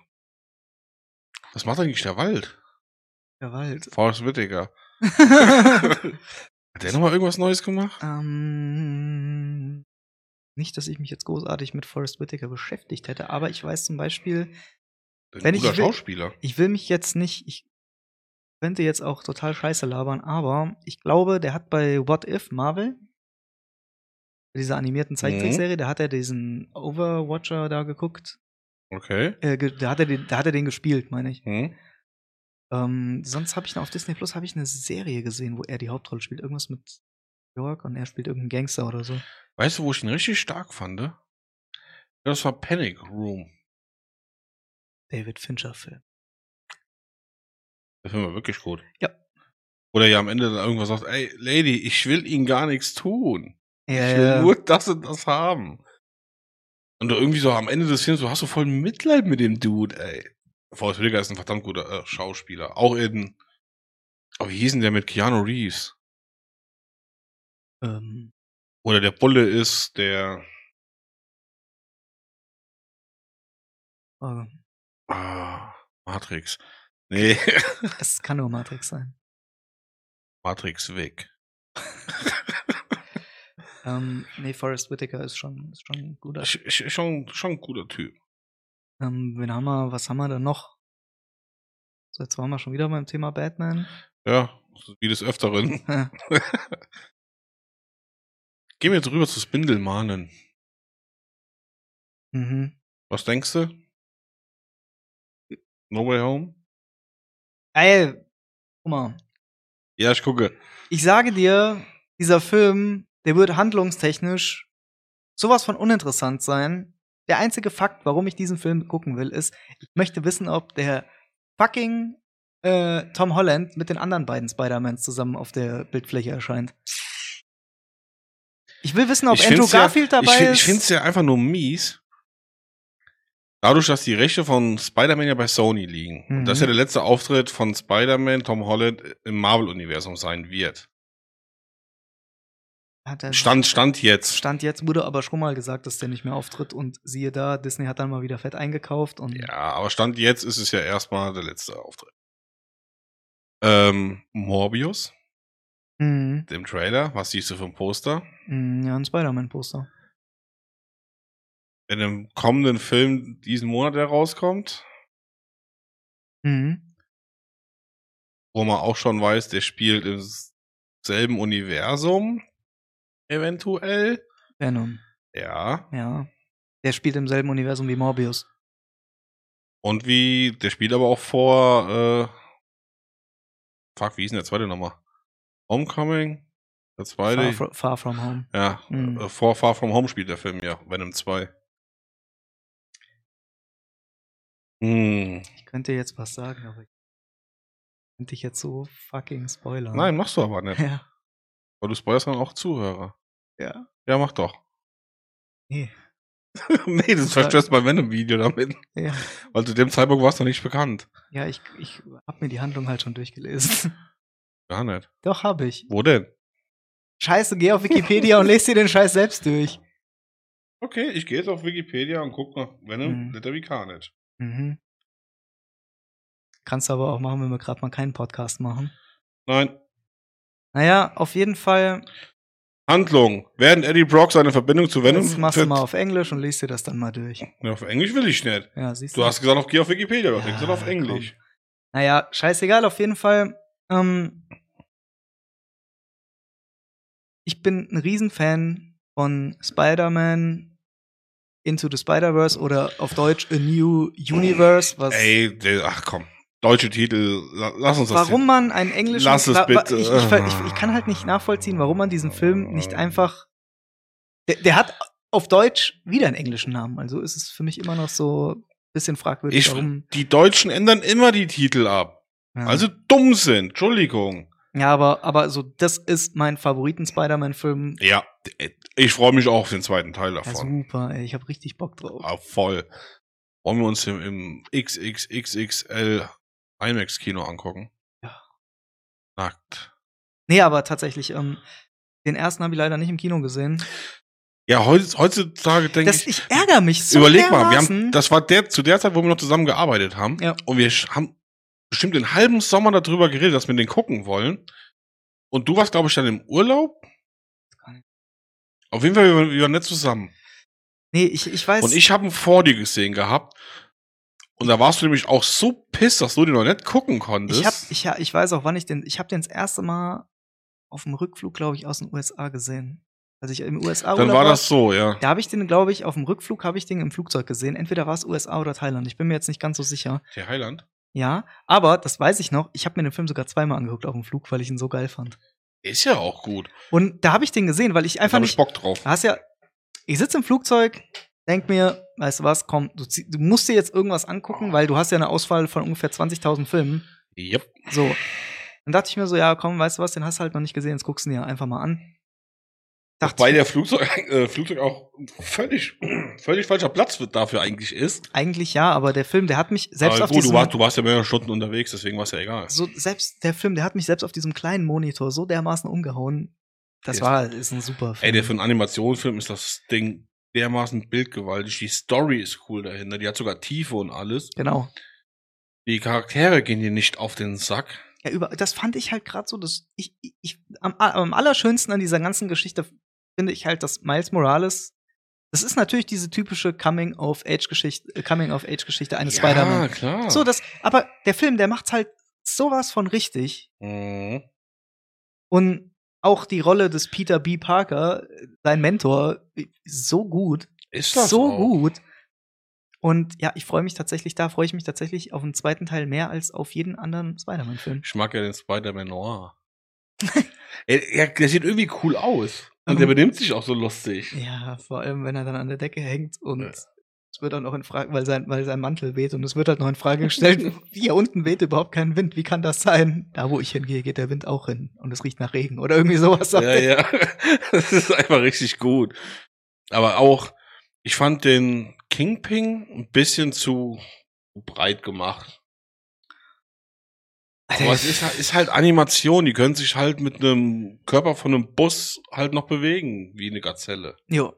Was macht eigentlich der Wald?
Der Wald.
Forrest Whitaker. Hat der nochmal irgendwas Neues gemacht?
Ähm, nicht, dass ich mich jetzt großartig mit Forrest Whitaker beschäftigt hätte, aber ich weiß zum Beispiel,
Ein
Wenn ich
guter
will-
Schauspieler.
ich will mich jetzt nicht, ich könnte jetzt auch total scheiße labern, aber ich glaube, der hat bei What If Marvel, bei dieser animierten Zeichentrickserie, da hat er diesen Overwatcher da geguckt,
Okay.
äh, ge- da, hat er den, da hat er den gespielt, meine ich.
Hm?
Ähm, sonst habe ich noch auf Disney Plus habe ich eine Serie gesehen, wo er die Hauptrolle spielt, irgendwas mit York und er spielt irgendeinen Gangster oder so.
Weißt du, wo ich ihn richtig stark fand? Das war Panic Room.
David Fincher Film.
Der Film war wirklich gut.
Ja.
Oder ja am Ende dann irgendwas sagt, ey, Lady, ich will ihnen gar nichts tun. ich will
ja.
nur das und das haben. Und du irgendwie so am Ende des Films, so hast du voll Mitleid mit dem Dude, ey. Forrest Whitaker ist ein verdammt guter äh, Schauspieler. Auch in, oh, wie hieß denn der mit Keanu Reeves?
Ähm,
Oder der Bulle ist der,
äh,
ah, Matrix. Nee,
es kann nur Matrix sein.
Matrix weg.
Ähm, nee, Forrest Whitaker ist schon, ist schon ein guter.
Sch- sch- Schon, schon ein guter Typ.
Ähm, wen haben wir, was haben wir denn noch? So, jetzt waren wir schon wieder beim Thema Batman.
Ja, wie des Öfteren.
Ja.
Gehen wir jetzt rüber zu Spindelmahnen.
Mhm.
Was denkst du? No Way Home?
Ey, guck mal.
Ja, ich gucke.
Ich sage dir, dieser Film, der wird handlungstechnisch sowas von uninteressant sein. Der einzige Fakt, warum ich diesen Film gucken will, ist, ich möchte wissen, ob der fucking äh, Tom Holland mit den anderen beiden Spider-Mans zusammen auf der Bildfläche erscheint. Ich will wissen, ob
ich
Andrew
find's ja-
Garfield
ich,
dabei
fi-
ist.
Ich finde es ja einfach nur mies. Dadurch, dass die Rechte von Spider-Man ja bei Sony liegen.
Mhm.
Und dass ja der letzte Auftritt von Spider-Man Tom Holland im Marvel-Universum sein wird.
Hat er-
Stand, Stand jetzt.
Stand jetzt wurde aber schon mal gesagt, dass der nicht mehr auftritt und siehe da, Disney hat dann mal wieder fett eingekauft und
Ja, aber Stand jetzt ist es ja erstmal der letzte Auftritt. Ähm, Morbius,
Mhm.
dem Trailer, was siehst du vom Poster?
Mhm, ja ein Spider-Man-Poster.
In dem kommenden Film diesen Monat, der rauskommt,
Mhm.
wo man auch schon weiß, der spielt im selben Universum, eventuell.
Venom,
Ja.
ja. Der spielt im selben Universum wie Morbius.
Und wie, der spielt aber auch vor, äh, fuck, wie hieß denn der zweite nochmal? Homecoming? Der
Far,
zweite?
fro- far From Home.
Ja,
Mhm.
äh, vor Far From Home spielt der Film, ja, Venom 2. Hm.
Ich könnte jetzt was sagen, aber ich könnte ich jetzt so fucking spoilern.
Nein, machst du aber nicht.
Ja.
Weil du spoilerst dann auch Zuhörer.
Ja.
Ja, mach doch.
Nee.
nee, das verstörst mein Venom-Video damit.
Ja,
Weil zu dem Zeitpunkt war es noch nicht bekannt.
ja ich, ich habe mir die Handlung halt schon durchgelesen.
Gar nicht.
Doch, habe ich.
Wo denn?
Scheiße, geh auf Wikipedia und lese dir den Scheiß selbst durch.
Okay, ich gehe jetzt auf Wikipedia und guck nach Venom
Mhm.
Letter wie Carnage.
Mhm. Kannst du aber auch machen, wenn wir gerade mal keinen Podcast machen.
Nein.
Naja, auf jeden Fall,
Handlung. Während Eddie Brock seine Verbindung zu Venom
das machst du
ver-
mal auf Englisch und liest dir das dann mal durch.
Ja, auf Englisch will ich nicht.
Ja, siehst du.
Du hast gesagt, auf, geh auf Wikipedia, du
Ja,
hast gesagt auf
komm.
Englisch.
Naja, scheißegal, auf jeden Fall. Ähm, ich bin ein Riesenfan von Spider-Man Into the Spider-Verse oder auf Deutsch A New Universe, was
Ey, der- ach komm. Deutsche Titel, la- lass uns das.
warum man einen englischen
Lass es
wa- wa-
bitte.
Ich, ich, ver- ich, ich kann halt nicht nachvollziehen, warum man diesen Film nicht
Ah.
einfach der, der hat auf Deutsch wieder einen englischen Namen, also ist es für mich immer noch so ein bisschen fragwürdig,
Ich-
warum.
Die Deutschen ändern immer die Titel ab.
Ja.
Also dumm sind. Entschuldigung.
ja, aber aber so das ist mein Favoriten Spider-Man Film.
Ja, äh, ich freue mich auch auf den zweiten Teil
Ja,
davon.
super, ey, ich habe richtig Bock drauf.
Ah, voll. Wollen wir uns im, im XXXXL IMAX Kino angucken?
Ja.
Nackt.
Nee, aber tatsächlich, ähm, den ersten habe ich leider nicht im Kino gesehen.
Ja, heutz- heutzutage denke
Das,
ich.
ich ärgere mich so.
überleg mal, wir
dermaßen.
haben, das war der, zu der Zeit, wo wir noch zusammen gearbeitet haben.
Ja.
Und wir sch- haben bestimmt den halben Sommer darüber geredet, dass wir den gucken wollen. Und du warst, glaube ich, dann im Urlaub.
kann ich.
Auf jeden Fall, wir, waren- wir waren nicht zusammen.
nee, ich, ich weiß.
Und ich habe ihn vor dir gesehen gehabt. Und da warst du nämlich auch so pisst, dass du den noch nicht gucken konntest.
ich, hab, ich, ja, ich weiß auch, wann ich den. Ich habe den das erste Mal auf dem Rückflug, glaube ich, aus den USA gesehen. Als ich im USA
dann war
Urlaub
das so, ja.
Da habe ich den, glaube ich, auf dem Rückflug habe ich den im Flugzeug gesehen. Entweder war es USA oder Thailand. Ich bin mir jetzt nicht ganz so sicher.
Der Heiland.
Ja, aber das weiß ich noch. Ich habe mir den Film sogar zweimal angeguckt auf dem Flug, weil ich ihn so geil fand.
Ist ja auch gut.
Und da habe ich den gesehen, weil ich
Einfach hab
einfach nicht Ah.
ich Bock drauf.
Du hast ja, ich sitze im Flugzeug, denk mir, weißt du was, komm, du, zieh- du musst dir jetzt irgendwas angucken, weil du hast ja eine Auswahl von ungefähr 20.000 Filmen.
Yep.
So. Dann dachte ich mir so, ja, komm, weißt du was, den hast du halt noch nicht gesehen, jetzt guckst du ihn dir einfach mal an. Dachte
Wobei der Flugzeug, äh, Flugzeug auch völlig, völlig falscher Platz wird dafür eigentlich ist.
ich, eigentlich ja, aber der Film, der hat mich selbst
Aber
auf
gut,
diesem,
du, warst, du warst ja mehrere Stunden unterwegs, deswegen war es ja egal.
so, selbst der Film, der hat mich selbst auf diesem kleinen Monitor so dermaßen umgehauen. Das
Ist-
war, ist ein super Film.
Ey, der für einen Animationsfilm ist das Ding dermaßen bildgewaltig. Die Story ist cool dahinter. Die hat sogar Tiefe und alles.
genau.
Die Charaktere gehen dir nicht auf den Sack.
Ja, über, das fand ich halt gerade so, dass ich, ich, ich am, am allerschönsten an dieser ganzen Geschichte finde ich halt, dass Miles Morales, das ist natürlich diese typische Coming of Age Geschichte, äh, Coming of Age Geschichte eines Spider-Man.
klar.
So, das, aber der Film, der macht halt sowas von richtig
mhm.
und auch die Rolle des Peter B. Parker, äh, sein Mentor, äh, so gut,
Ist das
so
auch.
gut. Und ja, ich freue mich tatsächlich, da freue ich mich tatsächlich auf den zweiten Teil mehr als auf jeden anderen Spider-Man-Film.
Ich mag ja den Spider-Man Noir. Ey, der, der sieht irgendwie cool aus. Und
Mhm.
der benimmt sich auch so lustig.
Ja, vor allem, wenn er dann an der Decke hängt und
Ja.
es wird dann noch in Frage, weil sein, weil sein Mantel weht und es wird halt noch in Frage gestellt, hier unten weht überhaupt kein Wind, wie kann das sein? Da, wo ich hingehe, geht der Wind auch hin und es riecht nach Regen oder irgendwie sowas. sagt
Ja,
er.
ja. Das ist einfach richtig gut. Aber auch, ich fand den Kingpin ein bisschen zu breit gemacht. Aber es ist, halt- ist halt Animation, die können sich halt mit einem Körper von einem Bus halt noch bewegen, wie eine Gazelle.
Jo.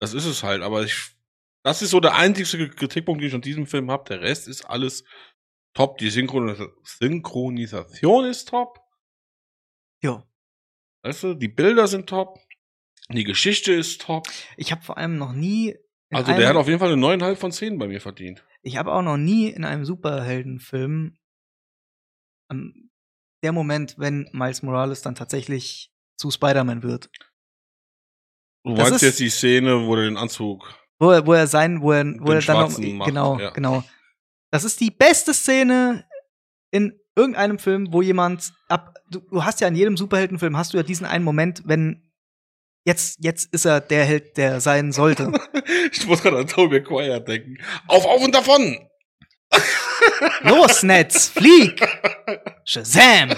Das ist es halt, aber ich, das ist so der einzige Kritikpunkt, den ich an diesem Film habe. Der Rest ist alles top. Die Synchronis Synchronisation ist top.
Jo.
Weißt du, die Bilder sind top. Die Geschichte ist top.
Ich habe vor allem noch nie. in
Also
einem-
der hat auf jeden Fall eine 9,5 von 10 bei mir verdient.
ich habe auch noch nie in einem Superheldenfilm ähm, der Moment, wenn Miles Morales dann tatsächlich zu Spider-Man wird,
Du
Das
meinst
ist-
jetzt die Szene, wo er den Anzug
wo er, wo er sein, wo er, wo
Den
er dann noch,
Schwarzen macht,
genau,
ja.
genau. Das ist die beste Szene in irgendeinem Film, wo jemand ab, du, du hast ja in jedem Superheldenfilm hast du ja diesen einen Moment, wenn jetzt, jetzt ist er der Held, der sein sollte.
Ich muss gerade an Toby Maguire denken. Auf, auf und davon!
Los, Netz, flieg! Shazam!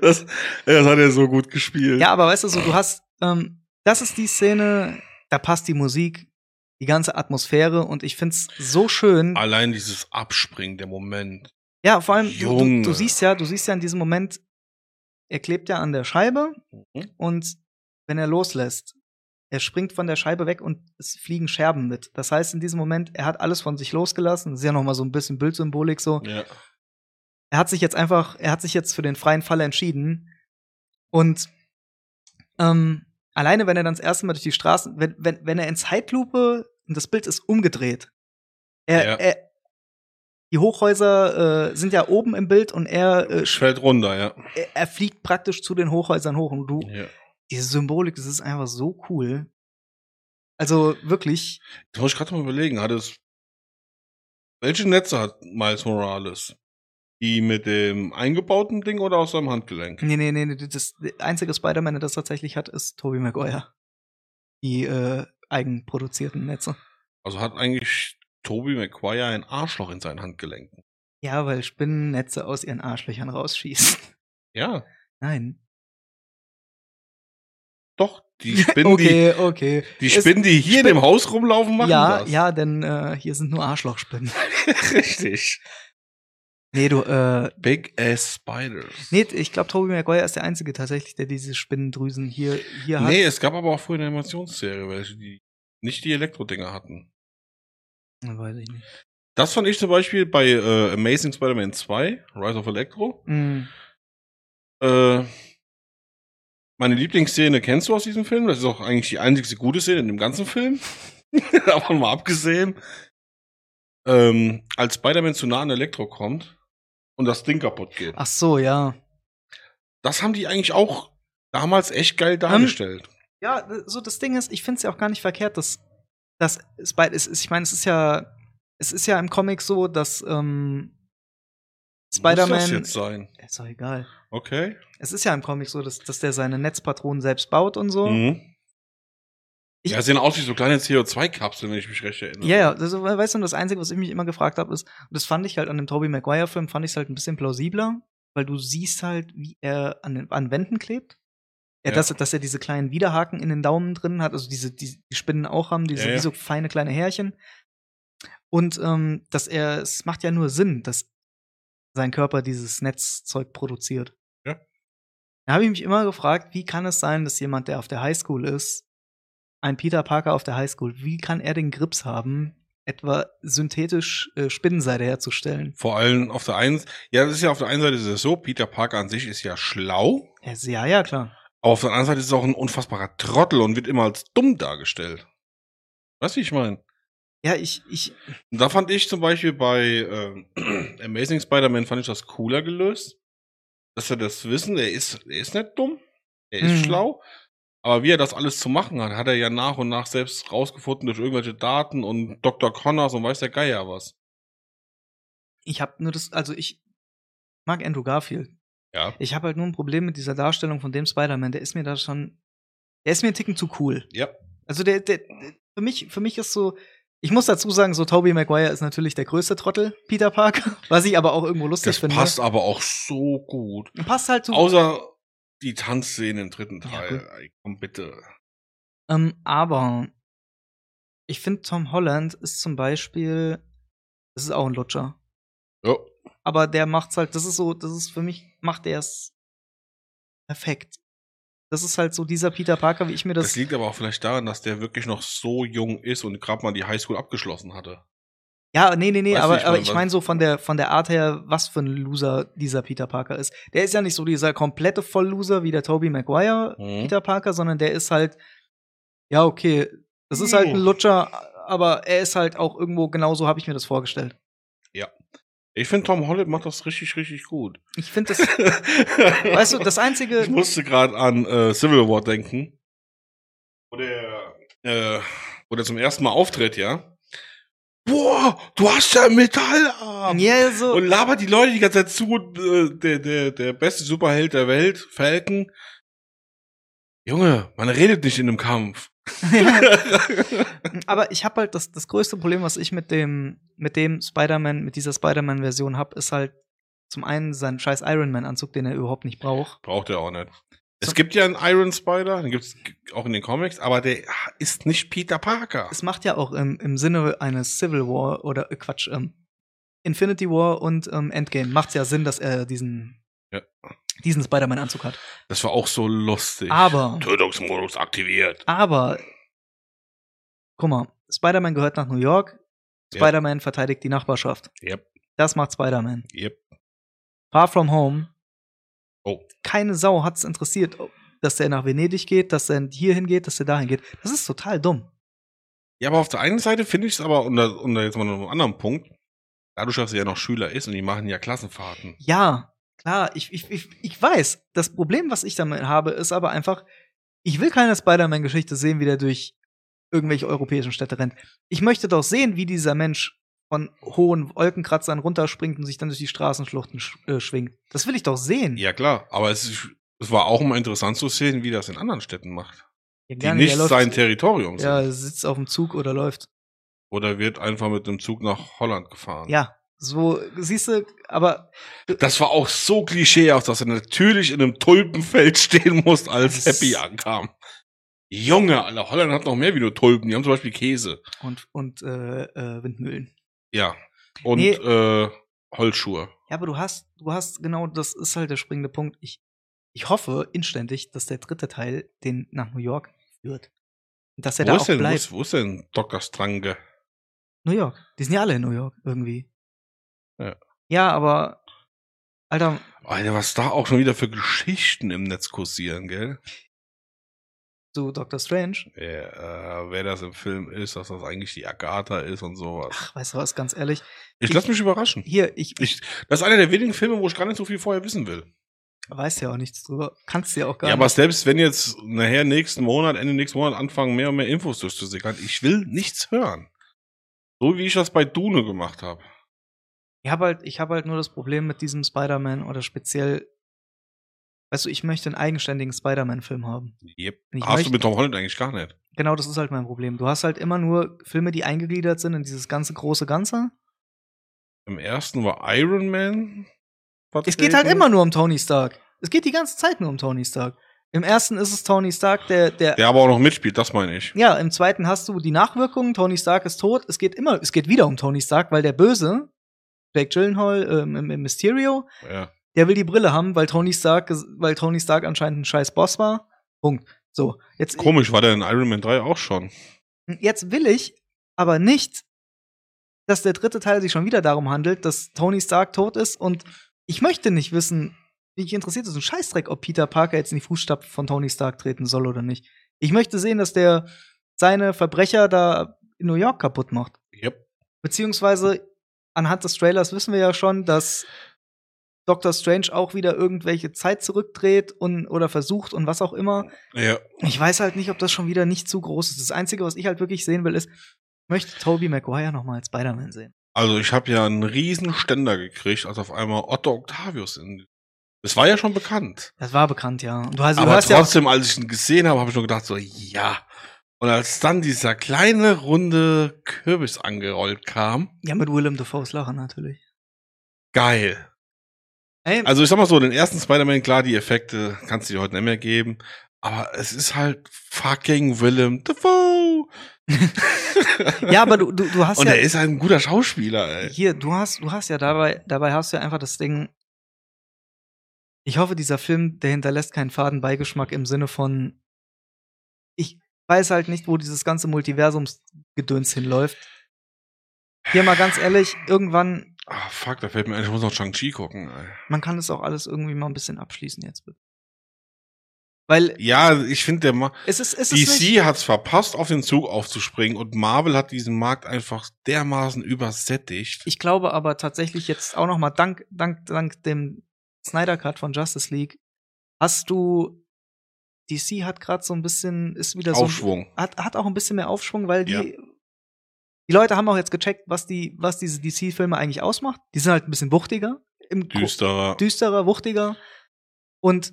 Das, das hat er so gut gespielt.
Ja, aber weißt du so, du hast, ähm, das ist die Szene, da passt die Musik, die ganze Atmosphäre und ich find's so schön.
Allein dieses Abspringen, der Moment.
Ja, vor allem, du, du,
Junge.
du siehst ja, du siehst ja in diesem Moment, er klebt ja an der Scheibe
Mhm.
und wenn er loslässt, er springt von der Scheibe weg und es fliegen Scherben mit. Das heißt, in diesem Moment, er hat alles von sich losgelassen. Das ist ja nochmal so ein bisschen Bildsymbolik so.
Ja.
er hat sich jetzt einfach, er hat sich jetzt für den freien Fall entschieden. Und ähm, alleine, wenn er dann das erste Mal durch die Straßen, wenn, wenn, wenn er in Zeitlupe, und das Bild ist umgedreht, er,
Ja.
er, die Hochhäuser äh, sind ja oben im Bild und er, äh, sch-
Fällt runter, ja.
er, er fliegt praktisch zu den Hochhäusern hoch. Und du,
ja.
diese Symbolik, das ist einfach so cool. Also wirklich,
Jetzt muss ich gerade mal überlegen, hat es. Welche Netze hat Miles Morales? Die mit dem eingebauten Ding oder aus seinem Handgelenk?
nee, nee, nee, nee, das einzige Spider-Man, der das tatsächlich hat, ist Tobey Maguire. Die äh, eigenproduzierten Netze.
Also hat eigentlich Toby Maguire ein Arschloch in seinen Handgelenken.
Ja, weil Spinnennetze aus ihren Arschlöchern rausschießen.
Ja,
Nein.
doch. Die Spinnen,
okay, okay.
die, die,
Es-
Spinnen die hier in
Spin-
dem Haus rumlaufen, machen
ja,
das.
ja, denn äh, hier sind nur Arschlochspinnen.
Richtig.
nee, du, äh,
Big Ass Spiders.
nee, ich glaube, Toby Maguire ist der Einzige tatsächlich, der diese Spinnendrüsen hier, hier hat.
Nee, es gab aber auch früher eine Animationsserie, welche die nicht die Elektrodinger hatten.
Hm, Weiß ich nicht.
Das fand ich zum Beispiel bei äh, Amazing Spider-Man 2, Rise of Electro.
Mm,
Äh, meine Lieblingsszene kennst du aus diesem Film. Das ist auch eigentlich die einzigste gute Szene in dem ganzen Film. Davon mal abgesehen. Ähm, als Spider-Man zu nah an Elektro kommt und das Ding kaputt geht.
ach so, ja.
Das haben die eigentlich auch damals echt geil dargestellt.
Ja, so das Ding ist, ich finde es ja auch gar nicht verkehrt, dass das Spider ist, ich meine, es ist ja, es ist ja im Comic so, dass ähm,
Muss das
Spider-Man.
jetzt sein?
Ist doch egal.
Okay.
Es ist ja im Comic so, dass, dass der seine Netzpatronen selbst baut und so.
Mhm.
Ich-
ja, sehen aus wie so kleine CO2-Kapseln, wenn ich mich recht erinnere.
Ja, ja, also, we- weißt du, und das Einzige, was ich mich immer gefragt habe, ist, und das fand ich halt an dem Tobey Maguire-Film, fand ich es halt ein bisschen plausibler, weil du siehst halt, wie er an, den, an Wänden klebt. Ja,
Ja.
Dass, er- dass er diese kleinen Widerhaken in den Daumen drin hat, also diese, die, die Spinnen auch haben, diese
Ja, ja.
wie so feine kleine Härchen. Und ähm, dass er, es macht ja nur Sinn, dass sein Körper dieses Netzzeug produziert.
Ja.
Da habe ich mich immer gefragt, wie kann es sein, dass jemand, der auf der Highschool ist, ein Peter Parker auf der Highschool, wie kann er den Grips haben, etwa synthetisch äh, Spinnenseide herzustellen?
Vor allem auf der einen, ja, das ist ja auf der einen Seite ist es so, Peter Parker an sich ist ja schlau,
Ja, s- ja, ja, klar.
aber auf der anderen Seite ist es auch ein unfassbarer Trottel und wird immer als dumm dargestellt. Weißt du, wie ich meine?
Ja, ich, ich,
Und da fand ich zum Beispiel bei ähm, Amazing Spider-Man fand ich das cooler gelöst, dass er das Wissen, er ist, er ist nicht dumm, er ist
Mhm.
schlau, aber wie er das alles zu machen hat, hat er ja nach und nach selbst rausgefunden durch irgendwelche Daten und Dr. Connors und weiß der Geier was.
ich habe nur das, also ich mag Andrew Garfield.
Ja.
Ich habe halt nur ein Problem mit dieser Darstellung von dem Spider-Man. Der ist mir da schon, der ist mir einen Ticken zu cool.
Ja.
Also der, der, für mich, für mich ist so, ich muss dazu sagen, so Tobey Maguire ist natürlich der größte Trottel, Peter Parker, was ich aber auch irgendwo lustig
Das
finde. ne?
passt aber auch so gut.
Passt halt zu.
Außer die Tanzszene im dritten
Ja,
Teil.
gut.
Ey, Komm bitte.
Ähm, aber ich finde, Tom Holland ist zum Beispiel, das ist auch ein Lutscher.
Ja.
aber der macht's halt, das ist so, das ist für mich, macht er es perfekt. Das ist halt so dieser Peter Parker, wie ich mir
Das,
das.
liegt aber auch vielleicht daran, dass der wirklich noch so jung ist und gerade mal die Highschool abgeschlossen hatte.
ja, nee, nee, nee,
Weißt du,
aber,
ich
aber
mein,
ich
was-
meine so von der, von der Art her, was für ein Loser dieser Peter Parker ist. Der ist ja nicht so dieser komplette Vollloser wie der Tobey Maguire
Mhm.
Peter Parker, sondern der ist halt, ja, okay, das ist halt ein
Mhm.
Lutscher, aber er ist halt auch irgendwo, genauso habe ich mir das vorgestellt.
Ich finde, Tom Holland macht das richtig, richtig gut.
Ich finde das,
weißt
weißt du, das einzige,
Ich musste gerade an äh, Civil War denken. Wo der, äh, wo der zum ersten Mal auftritt, ja. Boah, du hast ja einen Metallarm!
ja, so,
Und labert die Leute die ganze Zeit zu, und, äh, der, der, der beste Superheld der Welt, Falcon. Junge, man redet nicht in einem Kampf.
aber ich habe halt das, das größte Problem, was ich mit dem, mit dem Spider-Man, mit dieser Spider-Man-Version habe, ist halt zum einen seinen scheiß Iron Man-Anzug, den er überhaupt nicht braucht.
Braucht er auch nicht. Es
So-
gibt ja einen Iron Spider, den gibt's auch in den Comics, aber der ist nicht Peter Parker.
Es macht ja auch im, im Sinne eines Civil War oder äh, Quatsch, ähm, Infinity War und ähm, Endgame macht es ja Sinn, dass er diesen,
Ja.
diesen Spider-Man-Anzug hat.
Das war auch so lustig.
Aber,
Tötungsmodus
Ah.
aktiviert.
aber, guck mal, Spider-Man gehört nach New York,
Ja.
Spider-Man verteidigt die Nachbarschaft.
Yep,
Das macht Spider-Man.
yep.
Far From Home.
Oh.
Keine Sau hat es interessiert, ob- dass der nach Venedig geht, dass er hierhin geht, dass er dahin geht. Das ist total dumm.
Ja, aber auf der einen Seite finde ich es aber, und da, und da jetzt mal noch einen anderen Punkt, dadurch, dass er ja noch Schüler ist und die machen ja Klassenfahrten.
Mhm. Ja, klar, ich, ich, ich, ich weiß. Das Problem, was ich damit habe, ist aber einfach, ich will keine Spider-Man-Geschichte sehen, wie der durch irgendwelche europäischen Städte rennt. Ich möchte doch sehen, wie dieser Mensch von hohen Wolkenkratzern runterspringt und sich dann durch die Straßenschluchten sch äh, schwingt. Das will ich doch sehen.
Ja, klar, aber es, ist- es war auch mal interessant zu sehen, wie das in anderen Städten macht.
Ja,
Die
gerne,
nicht
der läuft-
sein Territorium sind.
Ja, er sitzt auf dem Zug oder läuft.
Oder wird einfach mit dem Zug nach Holland gefahren.
Ja, so, siehst du, aber
Das war auch so klischeehaft, dass er natürlich in einem Tulpenfeld stehen muss, als
Das-
Happy ankam. Junge, Alter, Holland hat noch mehr wie nur Tulpen. Die haben zum Beispiel Käse.
und, und äh, äh, Windmühlen.
Ja. Und
Nee.
äh, Holzschuhe.
Ja, aber du hast, du hast genau, das ist halt der springende Punkt. Ich, ich hoffe inständig, dass der dritte Teil den nach New York führt. Und Dass er
Wo
da
ist,
auch
denn, wo,
bleibt.
ist, wo ist denn Dr. Strange?
New York. Die sind ja alle in New York irgendwie.
Ja.
Ja, aber Alter,
Alter, was da auch schon wieder für Geschichten im Netz kursieren, gell?
so Dr. Strange.
Ja, äh, wer das im Film ist, dass das eigentlich die Agatha ist und sowas.
Ach, weißt du was, ganz ehrlich.
Ich lass mich überraschen.
Hier, ich, ich
Ich, das ist einer der wenigen Filme, wo ich gar nicht so viel vorher wissen will.
weiß ja auch nichts drüber. Kannst ja auch gar
ja, aber
nicht.
selbst wenn jetzt nachher nächsten Monat, Ende nächsten Monat anfangen, mehr und mehr Infos durchzusickern, ich will nichts hören. So wie ich das bei Dune gemacht habe.
Ich habe halt, ich hab halt nur das Problem mit diesem Spider-Man oder speziell. Weißt du, ich möchte einen eigenständigen Spider-Man-Film haben.
Yep.
Ich
Hast du
möchte-
mit Tom Holland eigentlich gar nicht.
Genau, das ist halt mein Problem. Du hast halt immer nur Filme, die eingegliedert sind in dieses ganze große Ganze.
Im ersten war Iron Man.
Es geht
vertreten.
halt immer nur um Tony Stark. Es geht die ganze Zeit nur um Tony Stark. Im ersten ist es Tony Stark, der, der, ja.
Der aber auch noch mitspielt, das meine ich.
im zweiten hast du die Nachwirkungen. Tony Stark ist tot. Es geht immer, es geht wieder um Tony Stark, weil der Böse, Jake Gyllenhaal ähm, im, im Mysterio,
Ja.
der will die Brille haben, weil Tony Stark, ges- weil Tony Stark anscheinend ein scheiß Boss war. Punkt. So, jetzt,
Komisch, war der in Iron Man 3 auch schon.
Jetzt will ich aber nicht, dass der dritte Teil sich schon wieder darum handelt, dass Tony Stark tot ist und ich möchte nicht wissen, mich interessiert es ein Scheißdreck, ob Peter Parker jetzt in die Fußstapfen von Tony Stark treten soll oder nicht. Ich möchte sehen, dass der seine Verbrecher da in New York kaputt macht.
Yep.
Beziehungsweise anhand des Trailers wissen wir ja schon, dass Doctor Strange auch wieder irgendwelche Zeit zurückdreht und oder versucht und was auch immer.
Ja.
Ich weiß halt nicht, ob das schon wieder nicht zu groß ist. Das Einzige, was ich halt wirklich sehen will, ist, ich möchte Tobey Maguire nochmal als Spider-Man sehen.
Also ich habe ja einen riesen Ständer gekriegt, als auf einmal Otto Octavius in. Das war ja schon bekannt.
Das war bekannt, ja. Und du, also, du
aber
hast ja
trotzdem, als ich ihn gesehen habe, habe ich nur gedacht, so, ja. Und als dann dieser kleine, runde Kürbis angerollt kam,
ja mit Willem Dafoe's Lachen natürlich.
geil.
Ey,
Also ich sag mal so, den ersten Spider-Man, klar, die Effekte kannst du dir heute nicht mehr geben. Aber es ist halt fucking Willem Dafoe.
Ja, aber du, du, du hast
Und
ja
er ist ein guter Schauspieler, ey.
hier, du hast, du hast ja dabei, dabei hast du ja einfach das Ding. Ich hoffe, dieser Film, der hinterlässt keinen Fadenbeigeschmack im Sinne von, ich weiß halt nicht, wo dieses ganze Multiversumsgedöns hinläuft. Hier mal ganz ehrlich, irgendwann,
Ah, fuck, da fällt mir ein, ich muss noch Shang-Chi gucken, ey.
man kann es auch alles irgendwie mal ein bisschen abschließen jetzt bitte. Weil
Ja, ich finde, der Ma
es ist, es ist nicht,
DC hat's verpasst, auf den Zug aufzuspringen und Marvel hat diesen Markt einfach dermaßen übersättigt.
ich glaube aber tatsächlich jetzt auch noch mal dank, dank, dank dem Snyder Cut von Justice League, hast du DC hat gerade so ein bisschen ist wieder so ein-
Aufschwung.
hat, hat auch ein bisschen mehr Aufschwung, weil die
Ja.
die Leute haben auch jetzt gecheckt, was die was diese DC Filme eigentlich ausmacht. Die sind halt ein bisschen wuchtiger, im Gro-
Düsterer.
düsterer, wuchtiger und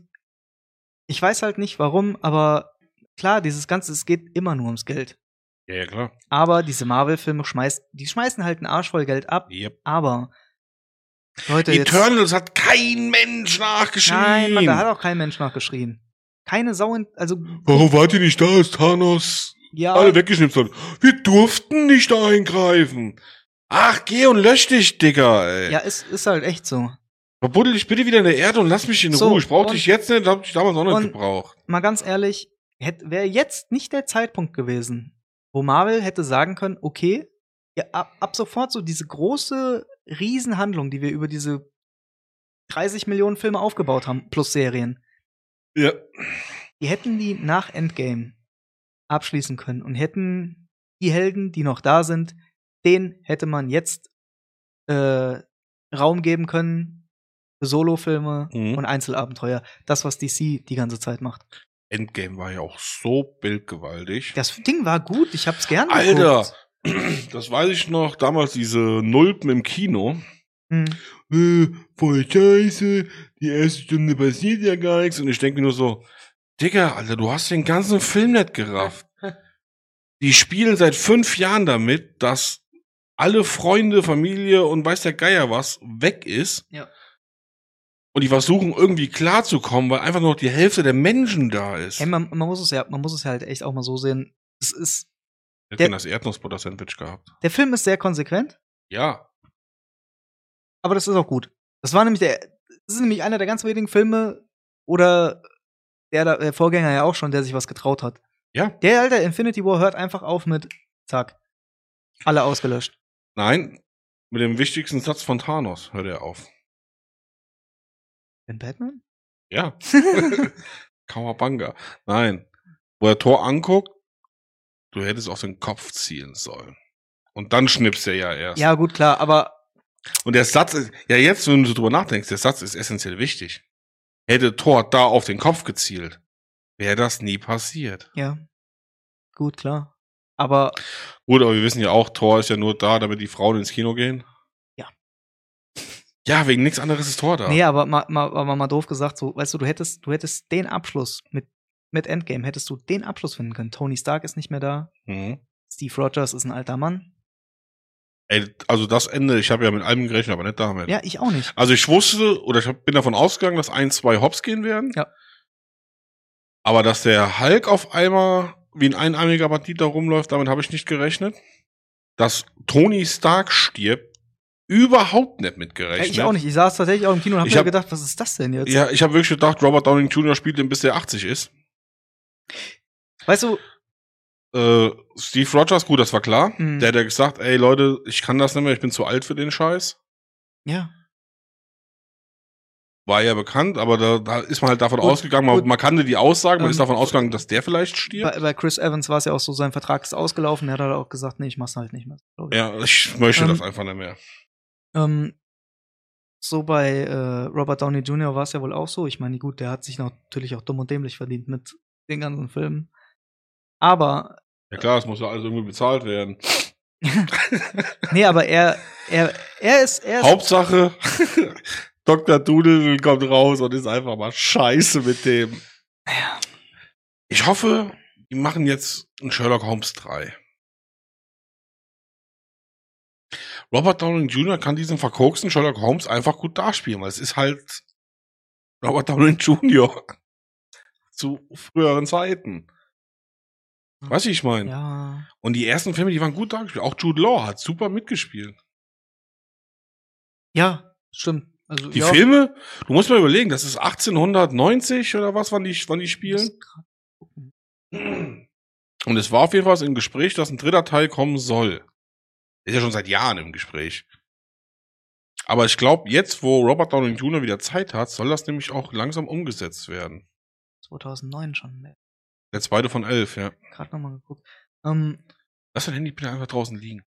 ich weiß halt nicht warum, aber klar, dieses ganze es geht immer nur ums Geld.
ja, ja, klar.
Aber diese Marvel-Filme schmeißt, die schmeißen halt einen Arsch voll Geld ab.
Yep.
Aber Leute, jetzt,
Eternals hat kein Mensch nachgeschrieben.
nein, Mann, da hat auch kein Mensch nachgeschrien. Keine Sau, in, also
Warum wart ihr nicht da, als Thanos
ja,
alle weggeschnipst hat? Wir durften nicht eingreifen. Ach, geh und lösch dich, Digga, ey.
ja, ist, ist halt echt so.
Verbuddel dich bitte wieder in der Erde und lass mich in
So,
Ruhe. Ich brauch
und-
dich jetzt nicht, hab dich damals auch
und-
nicht gebraucht.
Mal ganz ehrlich, wäre jetzt nicht der Zeitpunkt gewesen, wo Marvel hätte sagen können, okay, ja, ab, ab sofort so diese große Riesenhandlung, die wir über diese 30 Millionen Filme aufgebaut haben, plus Serien,
Ja.
die hätten die nach Endgame abschließen können und hätten die Helden, die noch da sind, den hätte man jetzt äh, Raum geben können für Solo-Filme
Mhm.
und Einzelabenteuer. Das, was DC die ganze Zeit macht.
Endgame war ja auch so bildgewaltig.
Das Ding war gut, ich hab's gern
Alter!
geguckt.
Das weiß ich noch, damals diese Nulpen im Kino.
Hm.
äh, voll scheiße, die erste Stunde passiert ja gar nichts. Und ich denke mir nur so, Digga, Alter, du hast den ganzen Film nicht gerafft. Die spielen seit fünf Jahren damit, dass alle Freunde, Familie und weiß der Geier was weg ist.
Ja.
Und die versuchen irgendwie klarzukommen, weil einfach nur noch die Hälfte der Menschen da ist.
Ey, man, man muss es ja, man muss es ja halt echt auch mal so sehen. Es ist,
Ich hätte
der-
gerne das Erdnussbutter-Sandwich gehabt.
der Film ist sehr konsequent.
Ja.
Aber das ist auch gut. Das war nämlich der, das ist nämlich einer der ganz wenigen Filme oder der, da- der Vorgänger ja auch schon, der sich was getraut hat.
Ja.
Der alte Infinity War hört einfach auf mit Zack. Alle ausgelöscht.
Nein. Mit dem wichtigsten Satz von Thanos hört er auf.
Bin Batman?
Ja. Kawabanga. Nein. Wo er Tor anguckt, du hättest auf den Kopf zielen sollen. Und dann schnippst er ja erst.
Ja, gut, klar, aber
Und der Satz ist, ja jetzt, wenn du drüber nachdenkst, der Satz ist essentiell wichtig. Hätte Tor da auf den Kopf gezielt, wäre das nie passiert.
ja. Gut, klar. Aber
Gut, aber wir wissen ja auch, Tor ist ja nur da, damit die Frauen ins Kino gehen.
Ja.
Ja, wegen nichts anderes ist Tor da.
nee, aber mal, mal, aber mal doof gesagt, so, weißt du, du hättest, du hättest den Abschluss mit, mit Endgame, hättest du den Abschluss finden können. Tony Stark ist nicht mehr da,
Mhm.
Steve Rogers ist ein alter Mann.
Ey, also das Ende, ich habe ja mit allem gerechnet, aber nicht damit.
Ja, ich auch nicht.
Also ich wusste oder ich hab- bin davon ausgegangen, dass ein, zwei Hops gehen werden.
Ja.
Aber dass der Hulk auf einmal wie ein einarmiger Bandit da rumläuft, damit habe ich nicht gerechnet. Dass Tony Stark stirbt, überhaupt nicht
Ja,
mitgerechnet.
ich auch nicht. Ich saß tatsächlich auch im Kino und hab
Ich
mir
hab-
gedacht, was ist das denn jetzt?
Ja, ich habe wirklich gedacht, Robert Downey Jr. spielt ihn, bis er 80 ist.
Weißt du,
Äh, Steve Rogers, gut, das war klar.
Mhm.
Der hat ja gesagt, ey Leute, ich kann das nicht mehr, ich bin zu alt für den Scheiß.
ja,
War ja bekannt, aber da, da ist man halt davon
Gut,
ausgegangen, man,
gut.
man kannte die Aussagen, man
Ähm,
ist davon ausgegangen, dass der vielleicht stirbt.
bei, bei Chris Evans war es ja auch so, sein Vertrag ist ausgelaufen, er hat halt auch gesagt, nee, ich mach's halt nicht mehr. Sorry.
Ja, ich möchte
Ähm,
das einfach nicht mehr.
Ähm, so bei äh, Robert Downey Jr. war es ja wohl auch so. Ich meine, gut, der hat sich natürlich auch dumm und dämlich verdient mit den ganzen Filmen. Aber,
Ja klar, es muss ja alles irgendwie bezahlt werden.
nee, aber er, er, er ist, er ist,
Hauptsache, Dr. Doodle kommt raus und ist einfach mal scheiße mit dem.
Ja.
Ich hoffe, die machen jetzt einen Sherlock Holmes 3. Robert Downey Jr. kann diesen verkoksten Sherlock Holmes einfach gut darspielen, weil es ist halt Robert Downey Jr. zu früheren Zeiten. Weißt du, wie ich meine?
Ja.
Und die ersten Filme, die waren gut dargestellt. Auch Jude Law hat super mitgespielt.
Ja, stimmt. Also,
Die
ja.
Filme, du musst mal überlegen, das ist 1890 oder was, wann die, wann die spielen.
Muss grad gucken.
Und es war auf jeden Fall im Gespräch, dass ein dritter Teil kommen soll. Ist ja schon seit Jahren im Gespräch. Aber ich glaube, jetzt, wo Robert Downey Jr. wieder Zeit hat, soll das nämlich auch langsam umgesetzt werden.
2009 schon. ne?
Der zweite von elf, ja.
Gerade nochmal geguckt. Ähm,
Lass dein Handy bitte einfach draußen liegen.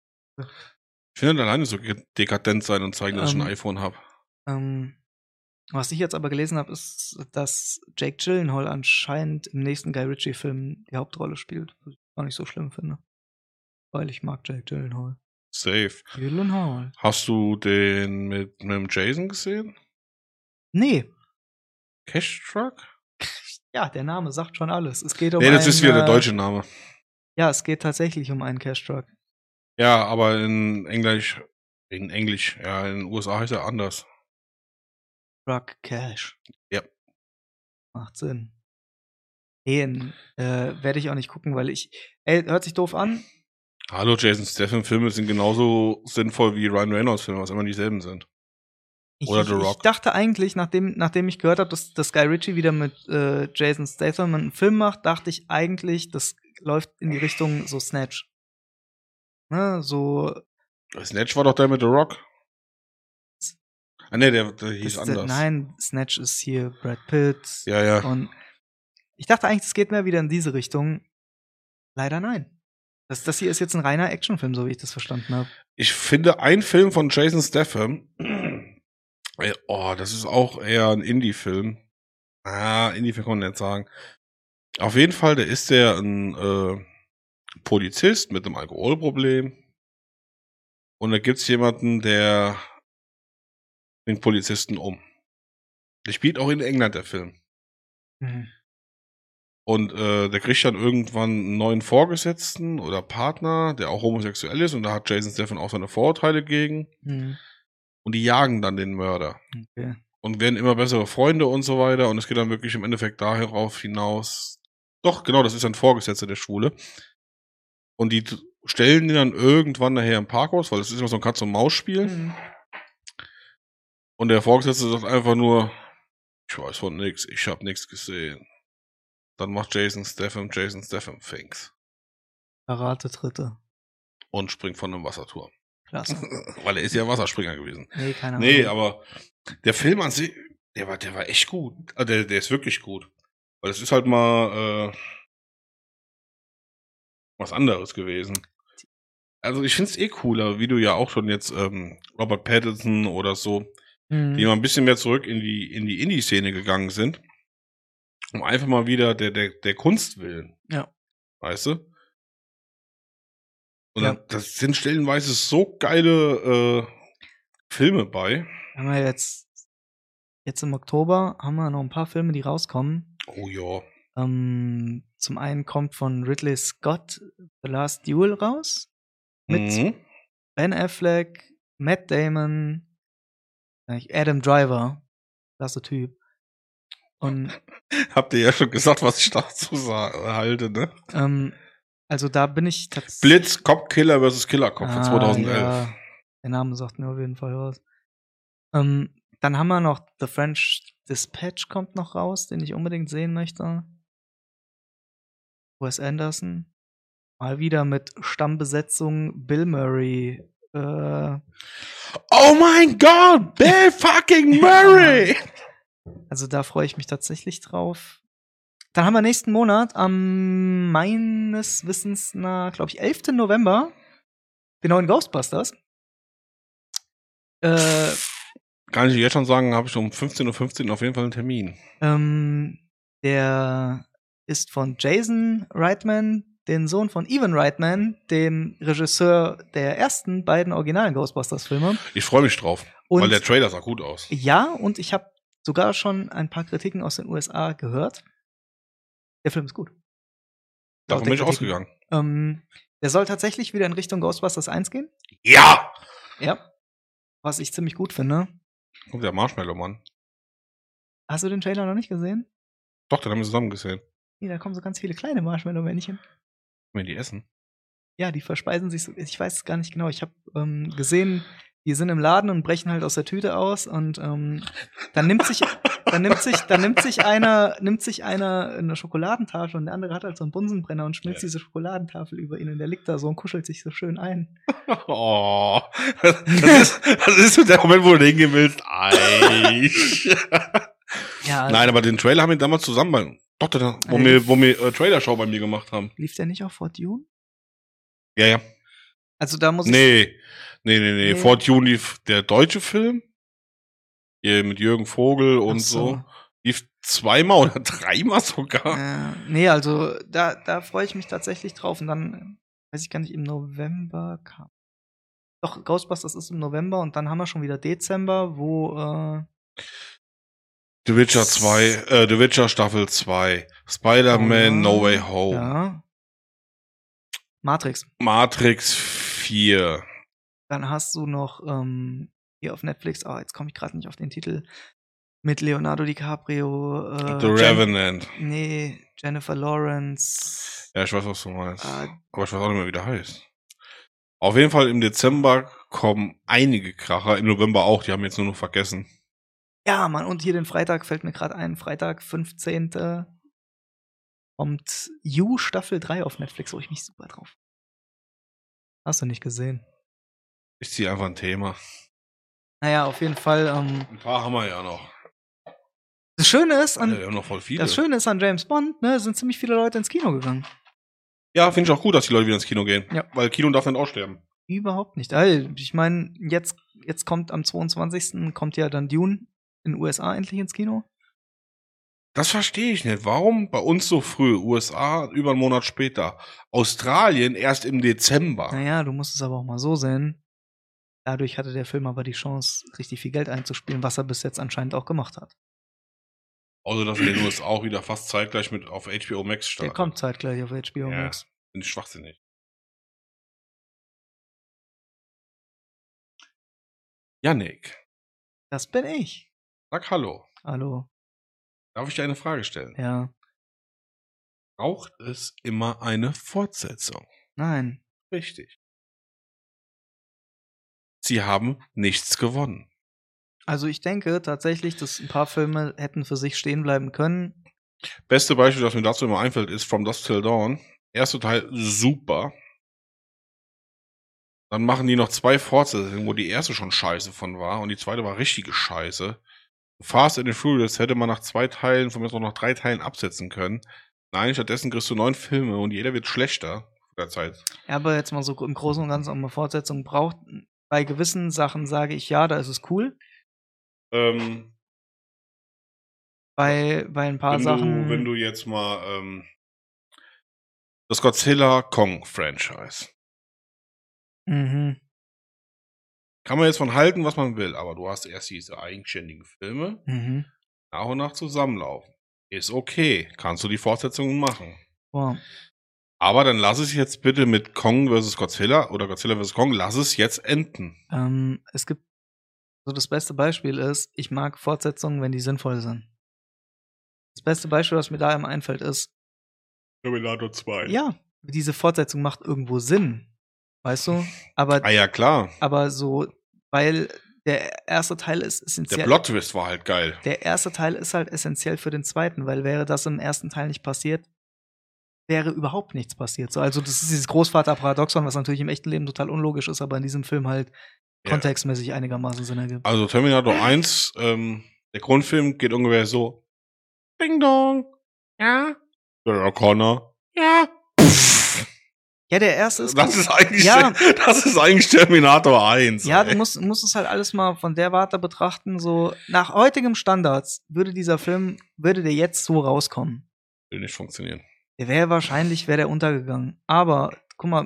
Ich will nicht alleine so ge- dekadent sein und zeigen, dass ich
Ähm.
ein iPhone habe.
ähm, was ich jetzt aber gelesen habe, ist, dass Jake Gyllenhaal anscheinend im nächsten Guy Ritchie-Film die Hauptrolle spielt. Was ich gar nicht so schlimm finde. Weil ich mag Jake Gyllenhaal.
Safe.
Gyllenhaal.
Hast du den mit, mit dem Jason gesehen?
Nee,
Cash Truck?
Ja, der Name sagt schon alles. Es geht um
nee, das ist
einen,
wieder der
äh,
deutsche Name.
Ja, es geht tatsächlich um einen Cash Truck.
Ja, aber in Englisch, in Englisch, ja, in den USA heißt er anders.
Truck Cash.
Ja.
Macht Sinn. Den äh, werde ich auch nicht gucken, weil ich. Ey, hört sich doof an.
Hallo, Jason Statham Filme sind genauso sinnvoll wie Ryan Reynolds Filme, was immer dieselben sind.
Ich,
Oder The
Ich
Rock.
dachte eigentlich, nachdem, nachdem ich gehört habe, dass, dass Guy Ritchie wieder mit äh, Jason Statham einen Film macht, dachte ich eigentlich, das läuft in die Richtung so Snatch. Ne, so.
Snatch war doch der mit The Rock. Ah, nee, der, der hieß
das-
anders.
Nein, Snatch ist hier Brad Pitt.
Ja, ja.
Und ich dachte eigentlich, es geht mehr wieder in diese Richtung. Leider nein. Das, das hier ist jetzt ein reiner Actionfilm, so wie ich das verstanden habe.
Ich finde, ein Film von Jason Statham, äh, oh, das ist auch eher ein Indie-Film. Ah, Indie-Film kann man nicht sagen. Auf jeden Fall, da ist der ein äh, Polizist mit einem Alkoholproblem. Und da gibt's jemanden, der den Polizisten um. Der spielt auch in England, der Film. Mhm. Und äh, der kriegt dann irgendwann einen neuen Vorgesetzten oder Partner, der auch homosexuell ist. Und da hat Jason Statham auch seine Vorurteile gegen.
Hm.
Und die jagen dann den Mörder.
Okay.
Und werden immer bessere Freunde und so weiter. Und es geht dann wirklich im Endeffekt darauf hinaus. Doch, genau, das ist ein Vorgesetzter der Schwule. Und die t- stellen den dann irgendwann nachher im Parkhaus, weil das ist immer so ein Katz-und-Maus-Spiel.
Mhm.
Und der Vorgesetzte sagt einfach nur, ich weiß von nix, ich hab nix gesehen. Dann macht Jason Statham Jason Statham Things
Karate Dritte.
und springt von einem Wasserturm.
Klasse.
Weil er ist ja Wasserspringer gewesen.
Nee, keine Ahnung.
Nee, aber der Film an sich, der war, der war echt gut. Ah, Der, der ist wirklich gut. Weil es ist halt mal äh, was anderes gewesen. Also ich find's eh cooler, wie du ja auch schon jetzt ähm, Robert Pattinson oder so,
Hm.
die mal ein bisschen mehr zurück in die, in die Indie-Szene gegangen sind, um einfach mal wieder der, der, der Kunst willen.
Ja.
Weißt du? Und
Ja.
dann- das sind stellenweise so geile äh, Filme bei.
Haben wir jetzt, jetzt im Oktober haben wir noch ein paar Filme, die rauskommen.
Oh ja.
Ähm, zum einen kommt von Ridley Scott The Last Duel raus. Mit
Mhm.
Ben Affleck, Matt Damon, eigentlich Adam Driver, klasse Typ. Und
Habt ihr ja schon gesagt, was ich dazu sa- halte, ne?
ähm, also da bin ich tatsächlich. Ah,
Blitz, Cop Killer vs. Killer Cop von 2011.
ja. Der Name sagt mir auf jeden Fall was. Ähm, dann haben wir noch The French Dispatch kommt noch raus, den ich unbedingt sehen möchte. Wes Anderson. Mal wieder mit Stammbesetzung Bill Murray. Äh,
Oh mein Gott, Bill fucking Murray!
Also da freue ich mich tatsächlich drauf. Dann haben wir nächsten Monat am meines Wissens nach, glaube ich, 11. November den neuen Ghostbusters. Äh,
Kann ich jetzt schon sagen, habe ich um 15.15 Uhr auf jeden Fall einen Termin.
ähm, der ist von Jason Reitman, den Sohn von Evan Reitman, dem Regisseur der ersten beiden originalen Ghostbusters-Filme.
Ich freue mich drauf,
Und
weil der Trailer sah gut aus.
Ja, und ich habe sogar schon ein paar Kritiken aus den USA gehört. Der Film ist gut.
Davon
Laut der
bin ich
Kritiken.
ausgegangen.
Ähm, der soll tatsächlich wieder in Richtung Ghostbusters 1 gehen.
Ja!
Ja. Was ich ziemlich gut finde.
Kommt der Marshmallow, Mann.
Hast du den Trailer noch nicht gesehen?
Doch, dann haben wir zusammen gesehen.
Nee, da kommen so ganz viele kleine Marshmallow-Männchen.
Wenn die essen.
Ja, die verspeisen sich so. Ich weiß es gar nicht genau. Ich habe ähm, gesehen, die sind im Laden und brechen halt aus der Tüte aus und ähm, dann nimmt sich, dann nimmt sich, dann nimmt sich einer, nimmt sich einer eine Schokoladentafel und der andere hat halt so einen Bunsenbrenner und schmilzt
Ja.
diese Schokoladentafel über ihn und der liegt da so und kuschelt sich so schön ein.
Oh, das ist, das ist so der Moment, wo du hingehen willst. Ei.
Ja,
Nein, aber den Trailer haben wir damals zusammen bei Doktor, wo wir, wo wir äh, Trailer-Show bei mir gemacht haben.
lief der nicht auf Fortune?
Ja, ja.
Also da muss ich.
Nee, nee, nee, nee.
Nee.
Fortune lief der deutsche Film. Hier mit Jürgen Vogel und
Ach
so. Lief zweimal oder dreimal sogar.
Äh, nee, also da, da freue ich mich tatsächlich drauf. Und dann, äh, weiß ich gar nicht, im November kam. Doch, Ghostbusters ist im November und dann haben wir schon wieder Dezember, wo äh,
The Witcher 2, äh, The Witcher Staffel 2, Spider-Man
Oh,
No Way Home,
ja, Matrix.
Matrix 4.
Dann hast du noch ähm, hier auf Netflix, ah, jetzt komme ich gerade nicht auf den Titel, mit Leonardo DiCaprio. Äh,
The
Jen-
Revenant.
Nee, Jennifer Lawrence.
Ja, ich weiß, was du meinst.
Äh,
Aber ich weiß auch nicht mehr, wie der heißt. Auf jeden Fall im Dezember kommen einige Kracher, im November auch, die haben jetzt nur noch vergessen.
Ja, Mann, und hier den Freitag fällt mir gerade ein. Freitag, 15. kommt You Staffel 3 auf Netflix, wo ich mich super drauf. Hast du nicht gesehen.
Ich ziehe einfach ein Thema.
Naja, auf jeden Fall. Ähm,
Ein paar haben wir ja noch.
das Schöne ist
Ja, wir
an.
haben noch voll viele.
Das Schöne ist an James Bond, ne, sind ziemlich viele Leute ins Kino gegangen.
Ja, finde ich auch gut, dass die Leute wieder ins Kino gehen.
Ja.
Weil Kino darf nicht aussterben.
Überhaupt nicht. Ey, Ich meine, jetzt, jetzt kommt am 22. kommt ja dann Dune in den USA endlich ins Kino.
Das verstehe ich nicht. Warum bei uns so früh? USA über einen Monat später. Australien erst im Dezember.
Naja, du musst es aber auch mal so sehen. Dadurch hatte der Film aber die Chance, richtig viel Geld einzuspielen, was er bis jetzt anscheinend auch gemacht hat.
Also, dass wir den USA auch wieder fast zeitgleich mit auf HBO Max starten.
Der kommt zeitgleich auf HBO
Ja.
Max.
Bin ich schwachsinnig. Yannick,
Das bin ich.
sag Hallo.
Hallo.
Darf ich dir eine Frage stellen?
Ja.
Braucht es immer eine Fortsetzung?
Nein.
Richtig. Sie haben nichts gewonnen.
Also ich denke tatsächlich, dass ein paar Filme hätten für sich stehen bleiben können.
Beste Beispiel, das mir dazu immer einfällt, ist From Dusk Till Dawn. Erster Teil super. Dann machen die noch zwei Fortsetzungen, wo die erste schon scheiße von war und die zweite war richtige Scheiße. Fast and the Furious hätte man nach zwei Teilen, von mir aus auch nach drei Teilen absetzen können. Nein, stattdessen kriegst du neun Filme und jeder wird schlechter mit der Zeit.
Ja, Aber jetzt mal so im Großen und Ganzen, ob man Fortsetzung braucht. Bei gewissen Sachen sage ich ja, da ist es cool.
Ähm,
Bei, bei ein paar
wenn,
Sachen.
du, wenn du jetzt mal ähm, das Godzilla Kong Franchise.
mhm.
Kann man jetzt von halten, was man will, aber du hast erst diese eigenständigen Filme
Mhm.
nach und nach zusammenlaufen. Ist okay, kannst du die Fortsetzungen machen.
Boah.
Aber dann lass es jetzt bitte mit Kong vs. Godzilla oder Godzilla vs. Kong, lass es jetzt enden.
Ähm, es gibt so das beste Beispiel ist, ich mag Fortsetzungen, wenn die sinnvoll sind. Das beste Beispiel, was mir da im einfällt, ist,
Terminator 2. Ja.
ja, diese Fortsetzung macht irgendwo Sinn. Weißt du? Aber,
Ah ja, klar.
aber so, weil der erste Teil ist
Der
essentiell.
Plot-Twist war halt geil.
Der erste Teil ist halt essentiell für den zweiten, weil wäre das im ersten Teil nicht passiert, wäre überhaupt nichts passiert. So, also das ist dieses Großvater-Paradoxon, was natürlich im echten Leben total unlogisch ist, aber in diesem Film halt
Ja.
kontextmäßig einigermaßen Sinn ergibt.
Also Terminator
Mhm.
1, ähm, der Grundfilm geht ungefähr so. Ding dong. Ja. Der Connor. Ja. Pff.
Ja, der erste ist.
Das ist eigentlich,
Ja.
das ist eigentlich Terminator 1.
Ja,
ey.
du musst, musst es halt alles mal von der Warte betrachten. So, nach heutigem Standards würde dieser Film, würde der jetzt so rauskommen.
Will nicht funktionieren.
Der wäre wahrscheinlich, wäre der untergegangen. Aber, guck mal,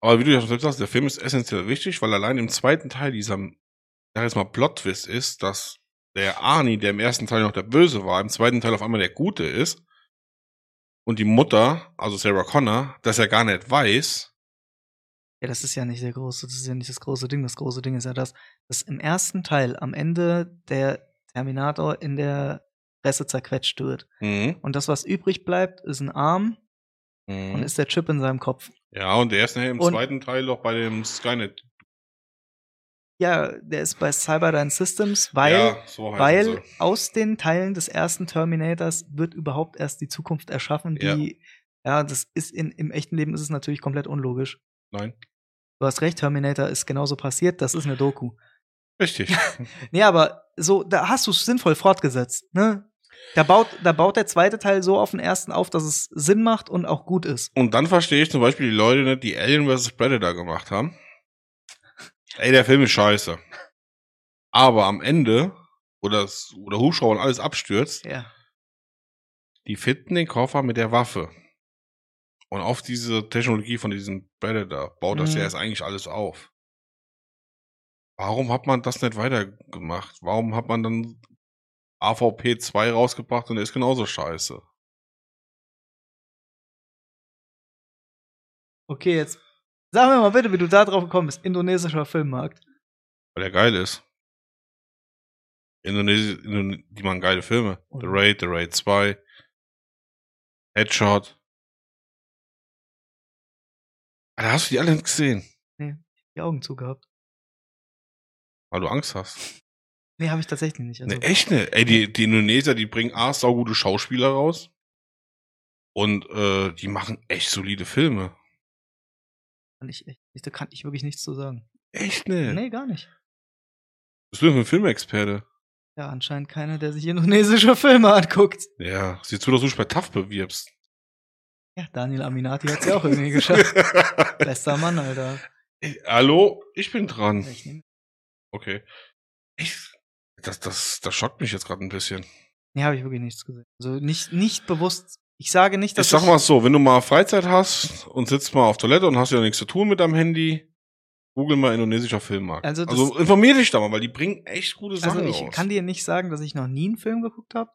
Aber wie du ja schon selbst sagst, der Film ist essentiell wichtig, weil allein im zweiten Teil dieser, ich sag jetzt mal, Plot-Twist ist, dass der Arnie, der im ersten Teil noch der Böse war, im zweiten Teil auf einmal der Gute ist. Und die Mutter, also Sarah Connor, dass er gar nicht weiß,
ja, das ist ja nicht der große, das ist ja nicht das große Ding. Das große Ding ist ja das, dass im ersten Teil am Ende der Terminator in der Fresse zerquetscht wird.
Mhm.
Und das, was übrig bleibt, ist ein Arm und
Mhm.
ist der Chip in seinem Kopf.
Ja, und der ist nachher im
Und-
zweiten Teil auch bei dem Skynet.
Ja, der ist bei Cyberdyne Systems, weil,
ja, so heißen
weil
sie.
aus den Teilen des ersten Terminators wird überhaupt erst die Zukunft erschaffen, die, ja, das ist in, im echten Leben ist es natürlich komplett unlogisch.
Nein.
Du hast recht, Terminator ist genauso passiert, das ist eine Doku.
Richtig.
Nee, aber so, da hast du es sinnvoll fortgesetzt, ne? Da baut, da baut der zweite Teil so auf den ersten auf, dass es Sinn macht und auch gut ist.
Und dann verstehe ich zum Beispiel die Leute nicht, die Alien vs. Predator gemacht haben. Ey, der Film ist scheiße. Aber am Ende, wo das, wo der Hubschrauber und alles abstürzt,
Ja.
die finden den Koffer mit der Waffe. Und auf diese Technologie von diesem Predator baut das
Mhm.
ja erst eigentlich alles auf. Warum hat man das nicht weitergemacht? Warum hat man dann AVP 2 rausgebracht und der ist genauso scheiße?
Okay, jetzt sag mir mal bitte, wie du da drauf gekommen bist. Indonesischer Filmmarkt.
Weil der geil ist. Indonesien, Indone- die machen geile Filme. The Raid, The Raid 2, Headshot. Alter, hast du die alle nicht gesehen?
Die Augen zugehabt.
Weil du Angst hast.
Nee, habe ich tatsächlich nicht. Also,
Ne, echt ne? Ey, die, die Indonesier, die bringen A, saugute Schauspieler raus. Und äh, die machen echt solide Filme.
kann ich echt, nicht- da kann ich wirklich nichts zu sagen.
Echt ne?
Nee, gar nicht.
Bist du denn für ein Filmexperte?
Ja, anscheinend keiner, der sich indonesische Filme anguckt.
Ja, sieh zu, dass du dich bei TAF bewirbst.
Ja, Daniel Aminati hat's ja auch irgendwie geschafft. Bester Mann, Alter.
Ey, Hallo, ich bin dran.
Ja, Ich nehm,
Okay. Ich, das, das, das schockt mich jetzt gerade ein bisschen.
nee, habe ich wirklich nichts gesehen. Also nicht, nicht bewusst. Ich sage nicht, dass
ich sag mal so, wenn du mal Freizeit hast und sitzt mal auf Toilette und hast ja nichts zu tun mit deinem Handy, google mal indonesischer Filmmarkt.
Also
Also,
das-
informier dich da mal, weil die bringen echt gute
Also
Sachen
ich
raus.
kann dir nicht sagen, dass ich noch nie einen Film geguckt habe,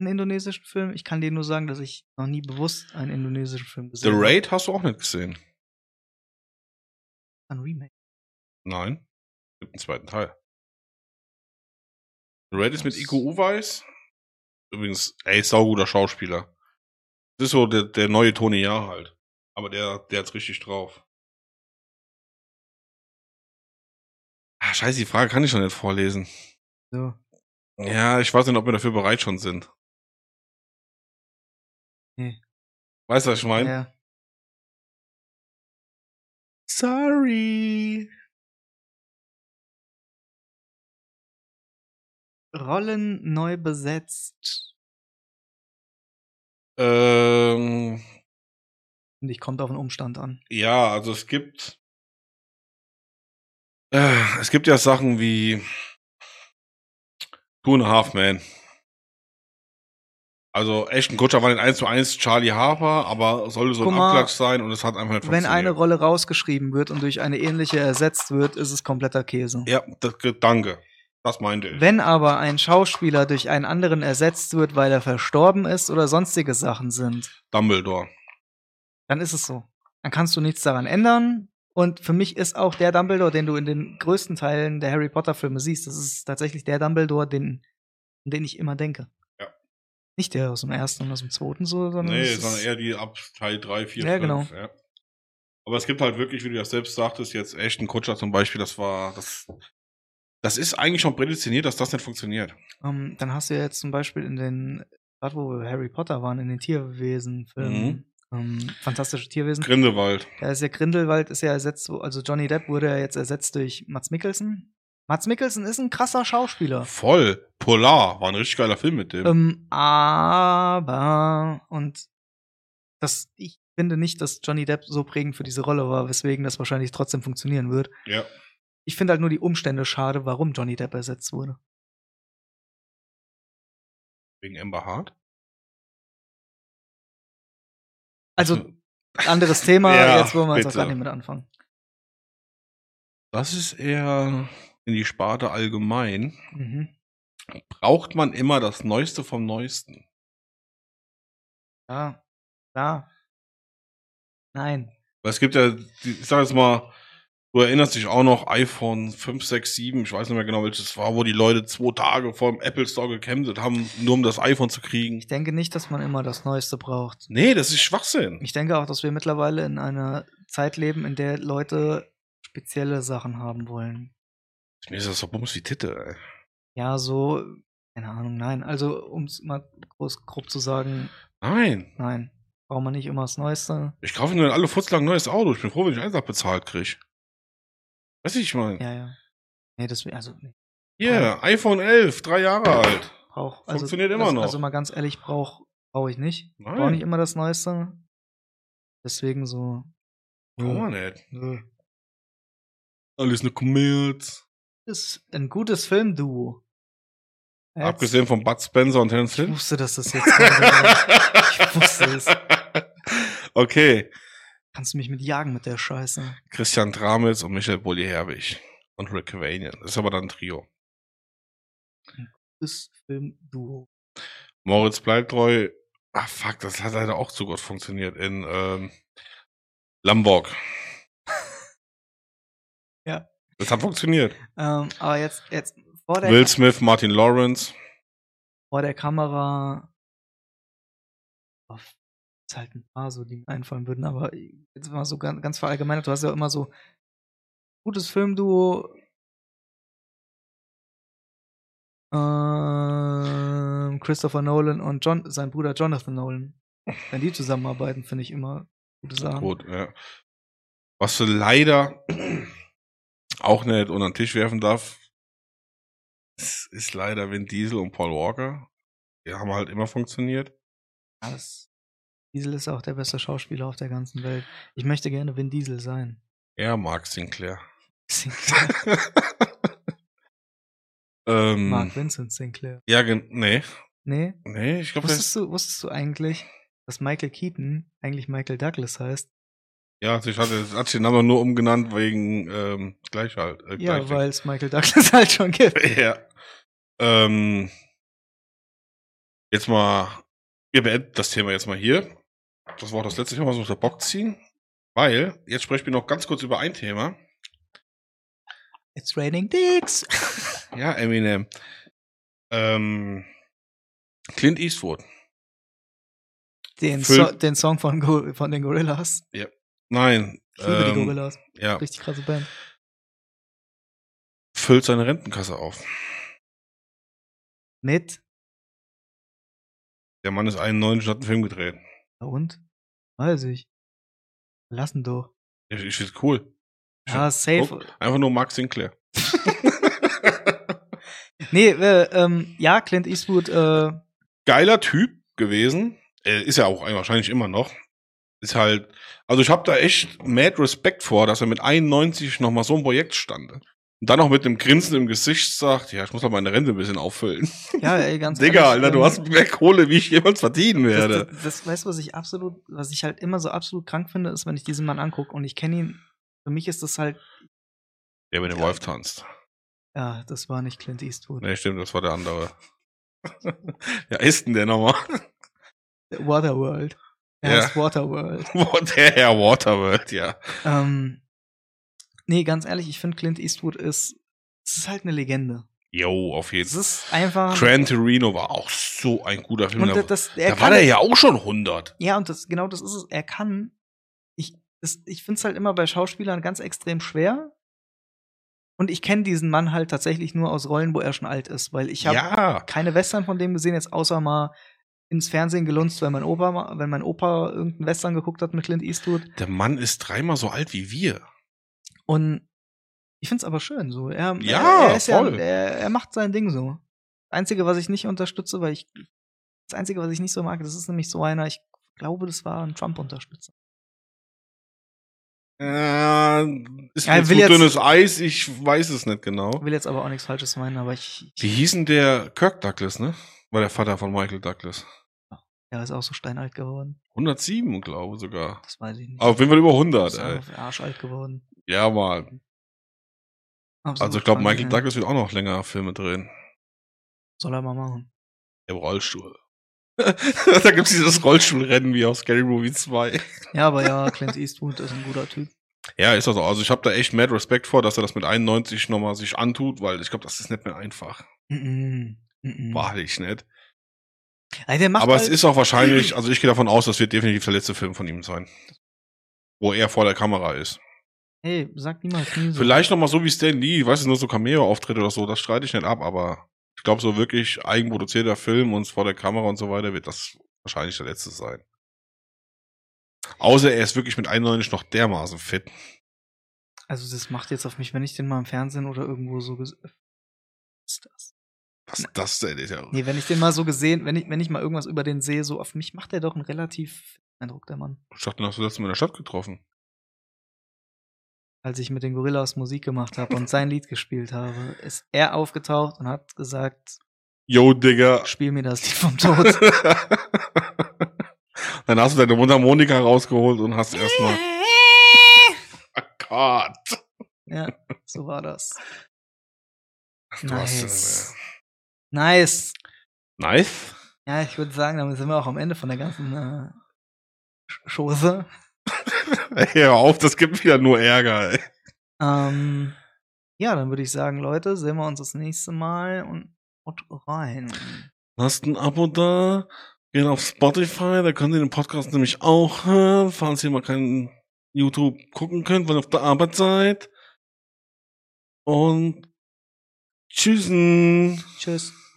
einen indonesischen Film. Ich kann dir nur sagen, dass ich noch nie bewusst einen indonesischen Film
The
gesehen habe.
Raid hast du auch nicht gesehen.
Ein Remake.
Nein. Gibt einen zweiten Teil. The Raid ist mit Iko Uweis. Übrigens, ey, sauguter Schauspieler. Das ist so der, der neue Tony Jahr halt. Aber der, der hat's richtig drauf. Ah, scheiße, die Frage kann ich schon nicht vorlesen.
So.
Ja, ich weiß nicht, ob wir dafür bereit schon sind.
Nee.
Weißt du, was ich meine?
Ja.
Sorry.
Rollen neu besetzt.
Ähm,
Und ich kommt auf den Umstand an.
Ja, also es gibt. Äh, es gibt ja Sachen wie Two and a Half Man. Also Ashton Kutscher war nicht 1 zu 1 Charlie Harper, aber sollte so
Guck
ein
mal,
Abklatsch sein und es hat einfach nicht
Wenn eine
funktioniert.
Rolle rausgeschrieben wird und durch eine ähnliche ersetzt wird, ist es kompletter Käse.
Ja, das, danke. Das meinte ich.
Wenn aber ein Schauspieler durch einen anderen ersetzt wird, weil er verstorben ist oder sonstige Sachen sind,
Dumbledore.
dann ist es so. Dann kannst du nichts daran ändern. Und für mich ist auch der Dumbledore, den du in den größten Teilen der Harry Potter-Filme siehst, das ist tatsächlich der Dumbledore, den, an den ich immer denke.
Ja.
Nicht der aus dem ersten und aus dem zweiten, so, sondern.
Nee,
es ist-
sondern eher die ab Teil 3, 4,
Ja,
5.
genau.
Ja. Aber es gibt halt wirklich, wie du das selbst sagtest, jetzt Ashton Kutscher zum Beispiel, das war. Das, das ist eigentlich schon prädestiniert, dass das nicht funktioniert.
Ähm, dann hast du ja jetzt zum Beispiel in den, gerade wo wir Harry Potter waren, in den Tierwesen-Filmen,
Mhm.
ähm, fantastische Tierwesen,
Grindelwald.
Da ist ja Grindelwald ist ja ersetzt, wo- also Johnny Depp wurde ja jetzt ersetzt durch Mats Mikkelsen. Mats Mikkelsen ist ein krasser Schauspieler.
Voll. Polar. War ein richtig geiler Film mit dem.
Ähm, aber und das, ich finde nicht, dass Johnny Depp so prägend für diese Rolle war, weswegen das wahrscheinlich trotzdem funktionieren wird.
ja.
Ich finde halt nur die Umstände schade, warum Johnny Depp ersetzt wurde.
Wegen Amber Hart.
Also anderes Thema,
Ja,
jetzt wollen wir jetzt auch
bitte.
gar nicht mit anfangen.
Das ist eher in die Sparte allgemein.
Mhm.
Braucht man immer das Neueste vom Neuesten?
Ja, ja. Nein.
Weil es gibt ja, die- ich sag jetzt mal, Du erinnerst dich auch noch, iPhone 5, 6, 7, ich weiß nicht mehr genau, welches es war, wo die Leute zwei Tage vor dem Apple Store gekämpft haben, nur um das iPhone zu kriegen.
Ich denke nicht, dass man immer das Neueste braucht.
Nee, das ist Schwachsinn.
Ich denke auch, dass wir mittlerweile in einer Zeit leben, in der Leute spezielle Sachen haben wollen.
Mir ist das so bums wie Titte, ey.
Ja, so, äh, keine Ahnung, nein. Also, um es mal groß, grob zu sagen,
Nein.
nein. Braucht man nicht immer das Neueste.
Ich kaufe nur alle Futzlang ein neues Auto. Ich bin froh, wenn ich eins bezahlt kriege. Weiß ich mal.
Ja, ja. Nee, das, also, nee,
Hier, iPhone 11, drei Jahre alt.
brauch, also,
Funktioniert immer
das,
noch.
Also, mal ganz ehrlich, brauche brauch ich nicht.
Nein,
Brauche nicht immer das Neueste. Deswegen so.
braucht man nicht. Alles eine Kommerz.
Ist ein gutes Filmduo. Jetzt-
Abgesehen von Bud Spencer und Terence
Ich
Hill.
wusste, dass das jetzt. ich wusste es.
Okay,
Kannst du mich mit jagen mit der Scheiße?
Christian Tramitz und Michael Bulli Herbig und Rick Vanian. Das ist aber dann ein Trio.
Ist Filmduo.
Moritz bleibt treu. Ah, fuck, das hat leider auch zu gut funktioniert in ähm, Lamborg.
Ja.
Das hat funktioniert.
Ähm, aber jetzt, jetzt vor, der,
Will Smith, Martin Lawrence.
vor der Kamera. Oh, ist halt ein paar so, die mir einfallen würden, aber äh, jetzt mal so ganz, ganz verallgemeinert. Du hast ja immer so gutes Filmduo. Ähm, Christopher Nolan und John, sein Bruder Jonathan Nolan. Wenn die zusammenarbeiten, finde ich immer gute Sachen.
Gut, ja. Was du leider auch nicht unter den Tisch werfen darf, es ist leider Vin Diesel und Paul Walker. Die haben halt immer funktioniert.
Ja, das- Diesel ist auch der beste Schauspieler auf der ganzen Welt. Ich möchte gerne Vin Diesel sein.
Er mag Sinclair.
Sinclair.
ähm,
Mark Vincent Sinclair.
Ja, gen- nee.
Nee?
Nee, ich glaube, das
Wusstest du, wusstest du eigentlich, dass Michael Keaton eigentlich Michael Douglas heißt?
Ja, ich hatte, hat den Namen nur umgenannt wegen ähm, Gleichheit. Äh,
Ja,
Gleichheit.
weil es Michael Douglas halt schon gibt.
ja. Ähm, jetzt mal, wir beenden das Thema jetzt mal hier. Das war auch das letzte Thema, was wir aus der Bock ziehen. Weil, jetzt sprechen wir noch ganz kurz über ein Thema.
It's raining dicks.
Ja, Eminem. Ähm, Clint Eastwood.
Den,
Film-
so den Song von, Go von den Gorillas.
Nein.
Ich liebe die
ähm,
Gorillas.
Ja,
Richtig krasse Band.
füllt seine Rentenkasse auf.
Mit.
Der Mann ist 91 und hat einen Film gedreht.
Ja, Und? Weiß ich. Lassen doch.
Ich, ich find's cool.
Ja, safe.
Guck, einfach nur Mark Sinclair.
Nee, äh, ähm, ja, Clint Eastwood, äh,
geiler Typ gewesen. Äh, ist ja auch wahrscheinlich immer noch. Ist halt, also ich habe da echt mad Respekt vor, dass er mit 91 nochmal so ein Projekt stande. Und dann noch mit einem Grinsen im Gesicht sagt, ja, ich muss doch meine Rente ein bisschen auffüllen.
ja, ey, ganz
Digga,
ehrlich,
Alter, du
ähm,
hast mehr Kohle, wie ich jemals verdienen
Das,
werde.
das, das weißt du, was ich absolut, was ich halt immer so absolut krank finde, ist, wenn ich diesen Mann angucke und ich kenne ihn. Für mich ist das halt,
Der mit dem Wolf tanzt.
ja, das war nicht Clint Eastwood.
Ne, stimmt, das war der andere. ja, ist denn der nochmal?
Waterworld. Er
Ja.
heißt Waterworld.
der Herr Waterworld, ja.
ähm, nee, ganz ehrlich, ich finde Clint Eastwood ist, es ist halt eine Legende.
Jo, auf jeden
Es
Fall.
ist einfach.
Gran Torino war auch so ein guter Film.
und
Da-
das, das, er
da war
kann-
der ja auch schon 100.
Ja, und das, genau das ist es. Er kann. Ich, das- ich finde es halt immer bei Schauspielern ganz extrem schwer. Und ich kenne diesen Mann halt tatsächlich nur aus Rollen, wo er schon alt ist, weil ich habe
ja.
keine Western von dem gesehen, jetzt außer mal ins Fernsehen gelunzt, wenn mein Opa, ma- wenn mein Opa irgendeinen Western geguckt hat mit Clint Eastwood.
Der Mann ist dreimal so alt wie wir.
Und ich find's aber schön so. Er, äh,
Ja,
er, er, ist ja
voll.
er, er macht sein Ding so. Das Einzige, was ich nicht unterstütze, weil ich. Das Einzige, was ich nicht so mag, das ist nämlich so einer, ich glaube, das war ein Trump-Unterstützer.
Äh, ist
Ja,
mir zu
will jetzt-
dünnes Eis, ich weiß es nicht genau.
Will jetzt aber auch nichts Falsches meinen, aber ich.
Wie
ich
hieß denn der Kirk Douglas, ne? War der Vater von Michael Douglas.
er ist auch so steinalt geworden.
107, glaube ich sogar.
Das weiß ich nicht.
Auf jeden Fall über
ist
100, ey.
einfach arschalt geworden.
Ja, mal.
Absolut
Also ich glaube,
krank,
Michael
ja.
Douglas wird auch noch länger Filme drehen.
äh, Soll er mal machen.
Im Rollstuhl. da gibt's dieses Rollstuhlrennen wie aus Scary Movie 2.
Ja, aber ja, Clint Eastwood ist ein guter Typ.
Ja, ist das auch. Also ich habe da echt mad Respekt vor, dass er das mit 91 nochmal sich antut, weil ich glaube, das ist nicht mehr einfach.
Mhm. Mhm.
Wahrlich nicht.
Also der macht
Aber
halt,
es ist auch wahrscheinlich, also ich gehe davon aus, das wird definitiv der letzte Film von ihm sein. Wo er vor der Kamera ist.
Ey, sag niemals nie so.
Vielleicht nochmal so wie Stan Lee, weißt du, nur so Cameo-Auftritte oder so, das streite ich nicht ab, aber ich glaube, so wirklich eigenproduzierter Film und vor der Kamera und so weiter wird das wahrscheinlich der letzte sein. Außer er ist wirklich mit 91 noch dermaßen fit.
Also das macht jetzt auf mich, wenn ich den mal im Fernsehen oder irgendwo so ges- ist das?
Das, das der ist ja.
Nee, wenn ich den mal so gesehen, wenn ich, wenn ich mal irgendwas über den sehe, so auf mich macht der doch einen relativ Eindruck, der Mann.
Ich dachte, den hast du letztes Mal in der Stadt getroffen.
Als ich mit den Gorillas Musik gemacht habe und sein Lied gespielt habe, ist er aufgetaucht und hat gesagt,
Yo, Digga.
spiel mir das Lied vom Tod.
Dann hast du deine Mundharmonika rausgeholt und hast erstmal. Oh Gott.
ja, so war das.
Du
Nice.
hast,
Nice.
äh, nice.
Ja, ich würde sagen, damit sind wir auch am Ende von der ganzen äh, Sch- Chose.
Ey, hör auf, das gibt wieder nur Ärger. Ey.
Ähm, ja, dann würde ich sagen, Leute, sehen wir uns das nächste Mal und haut rein.
Lasst ein Abo da, geht auf Spotify, da könnt ihr den Podcast nämlich auch hören, falls ihr mal keinen YouTube gucken könnt, weil ihr auf der Arbeit seid. Und tschüssen.
Tschüss.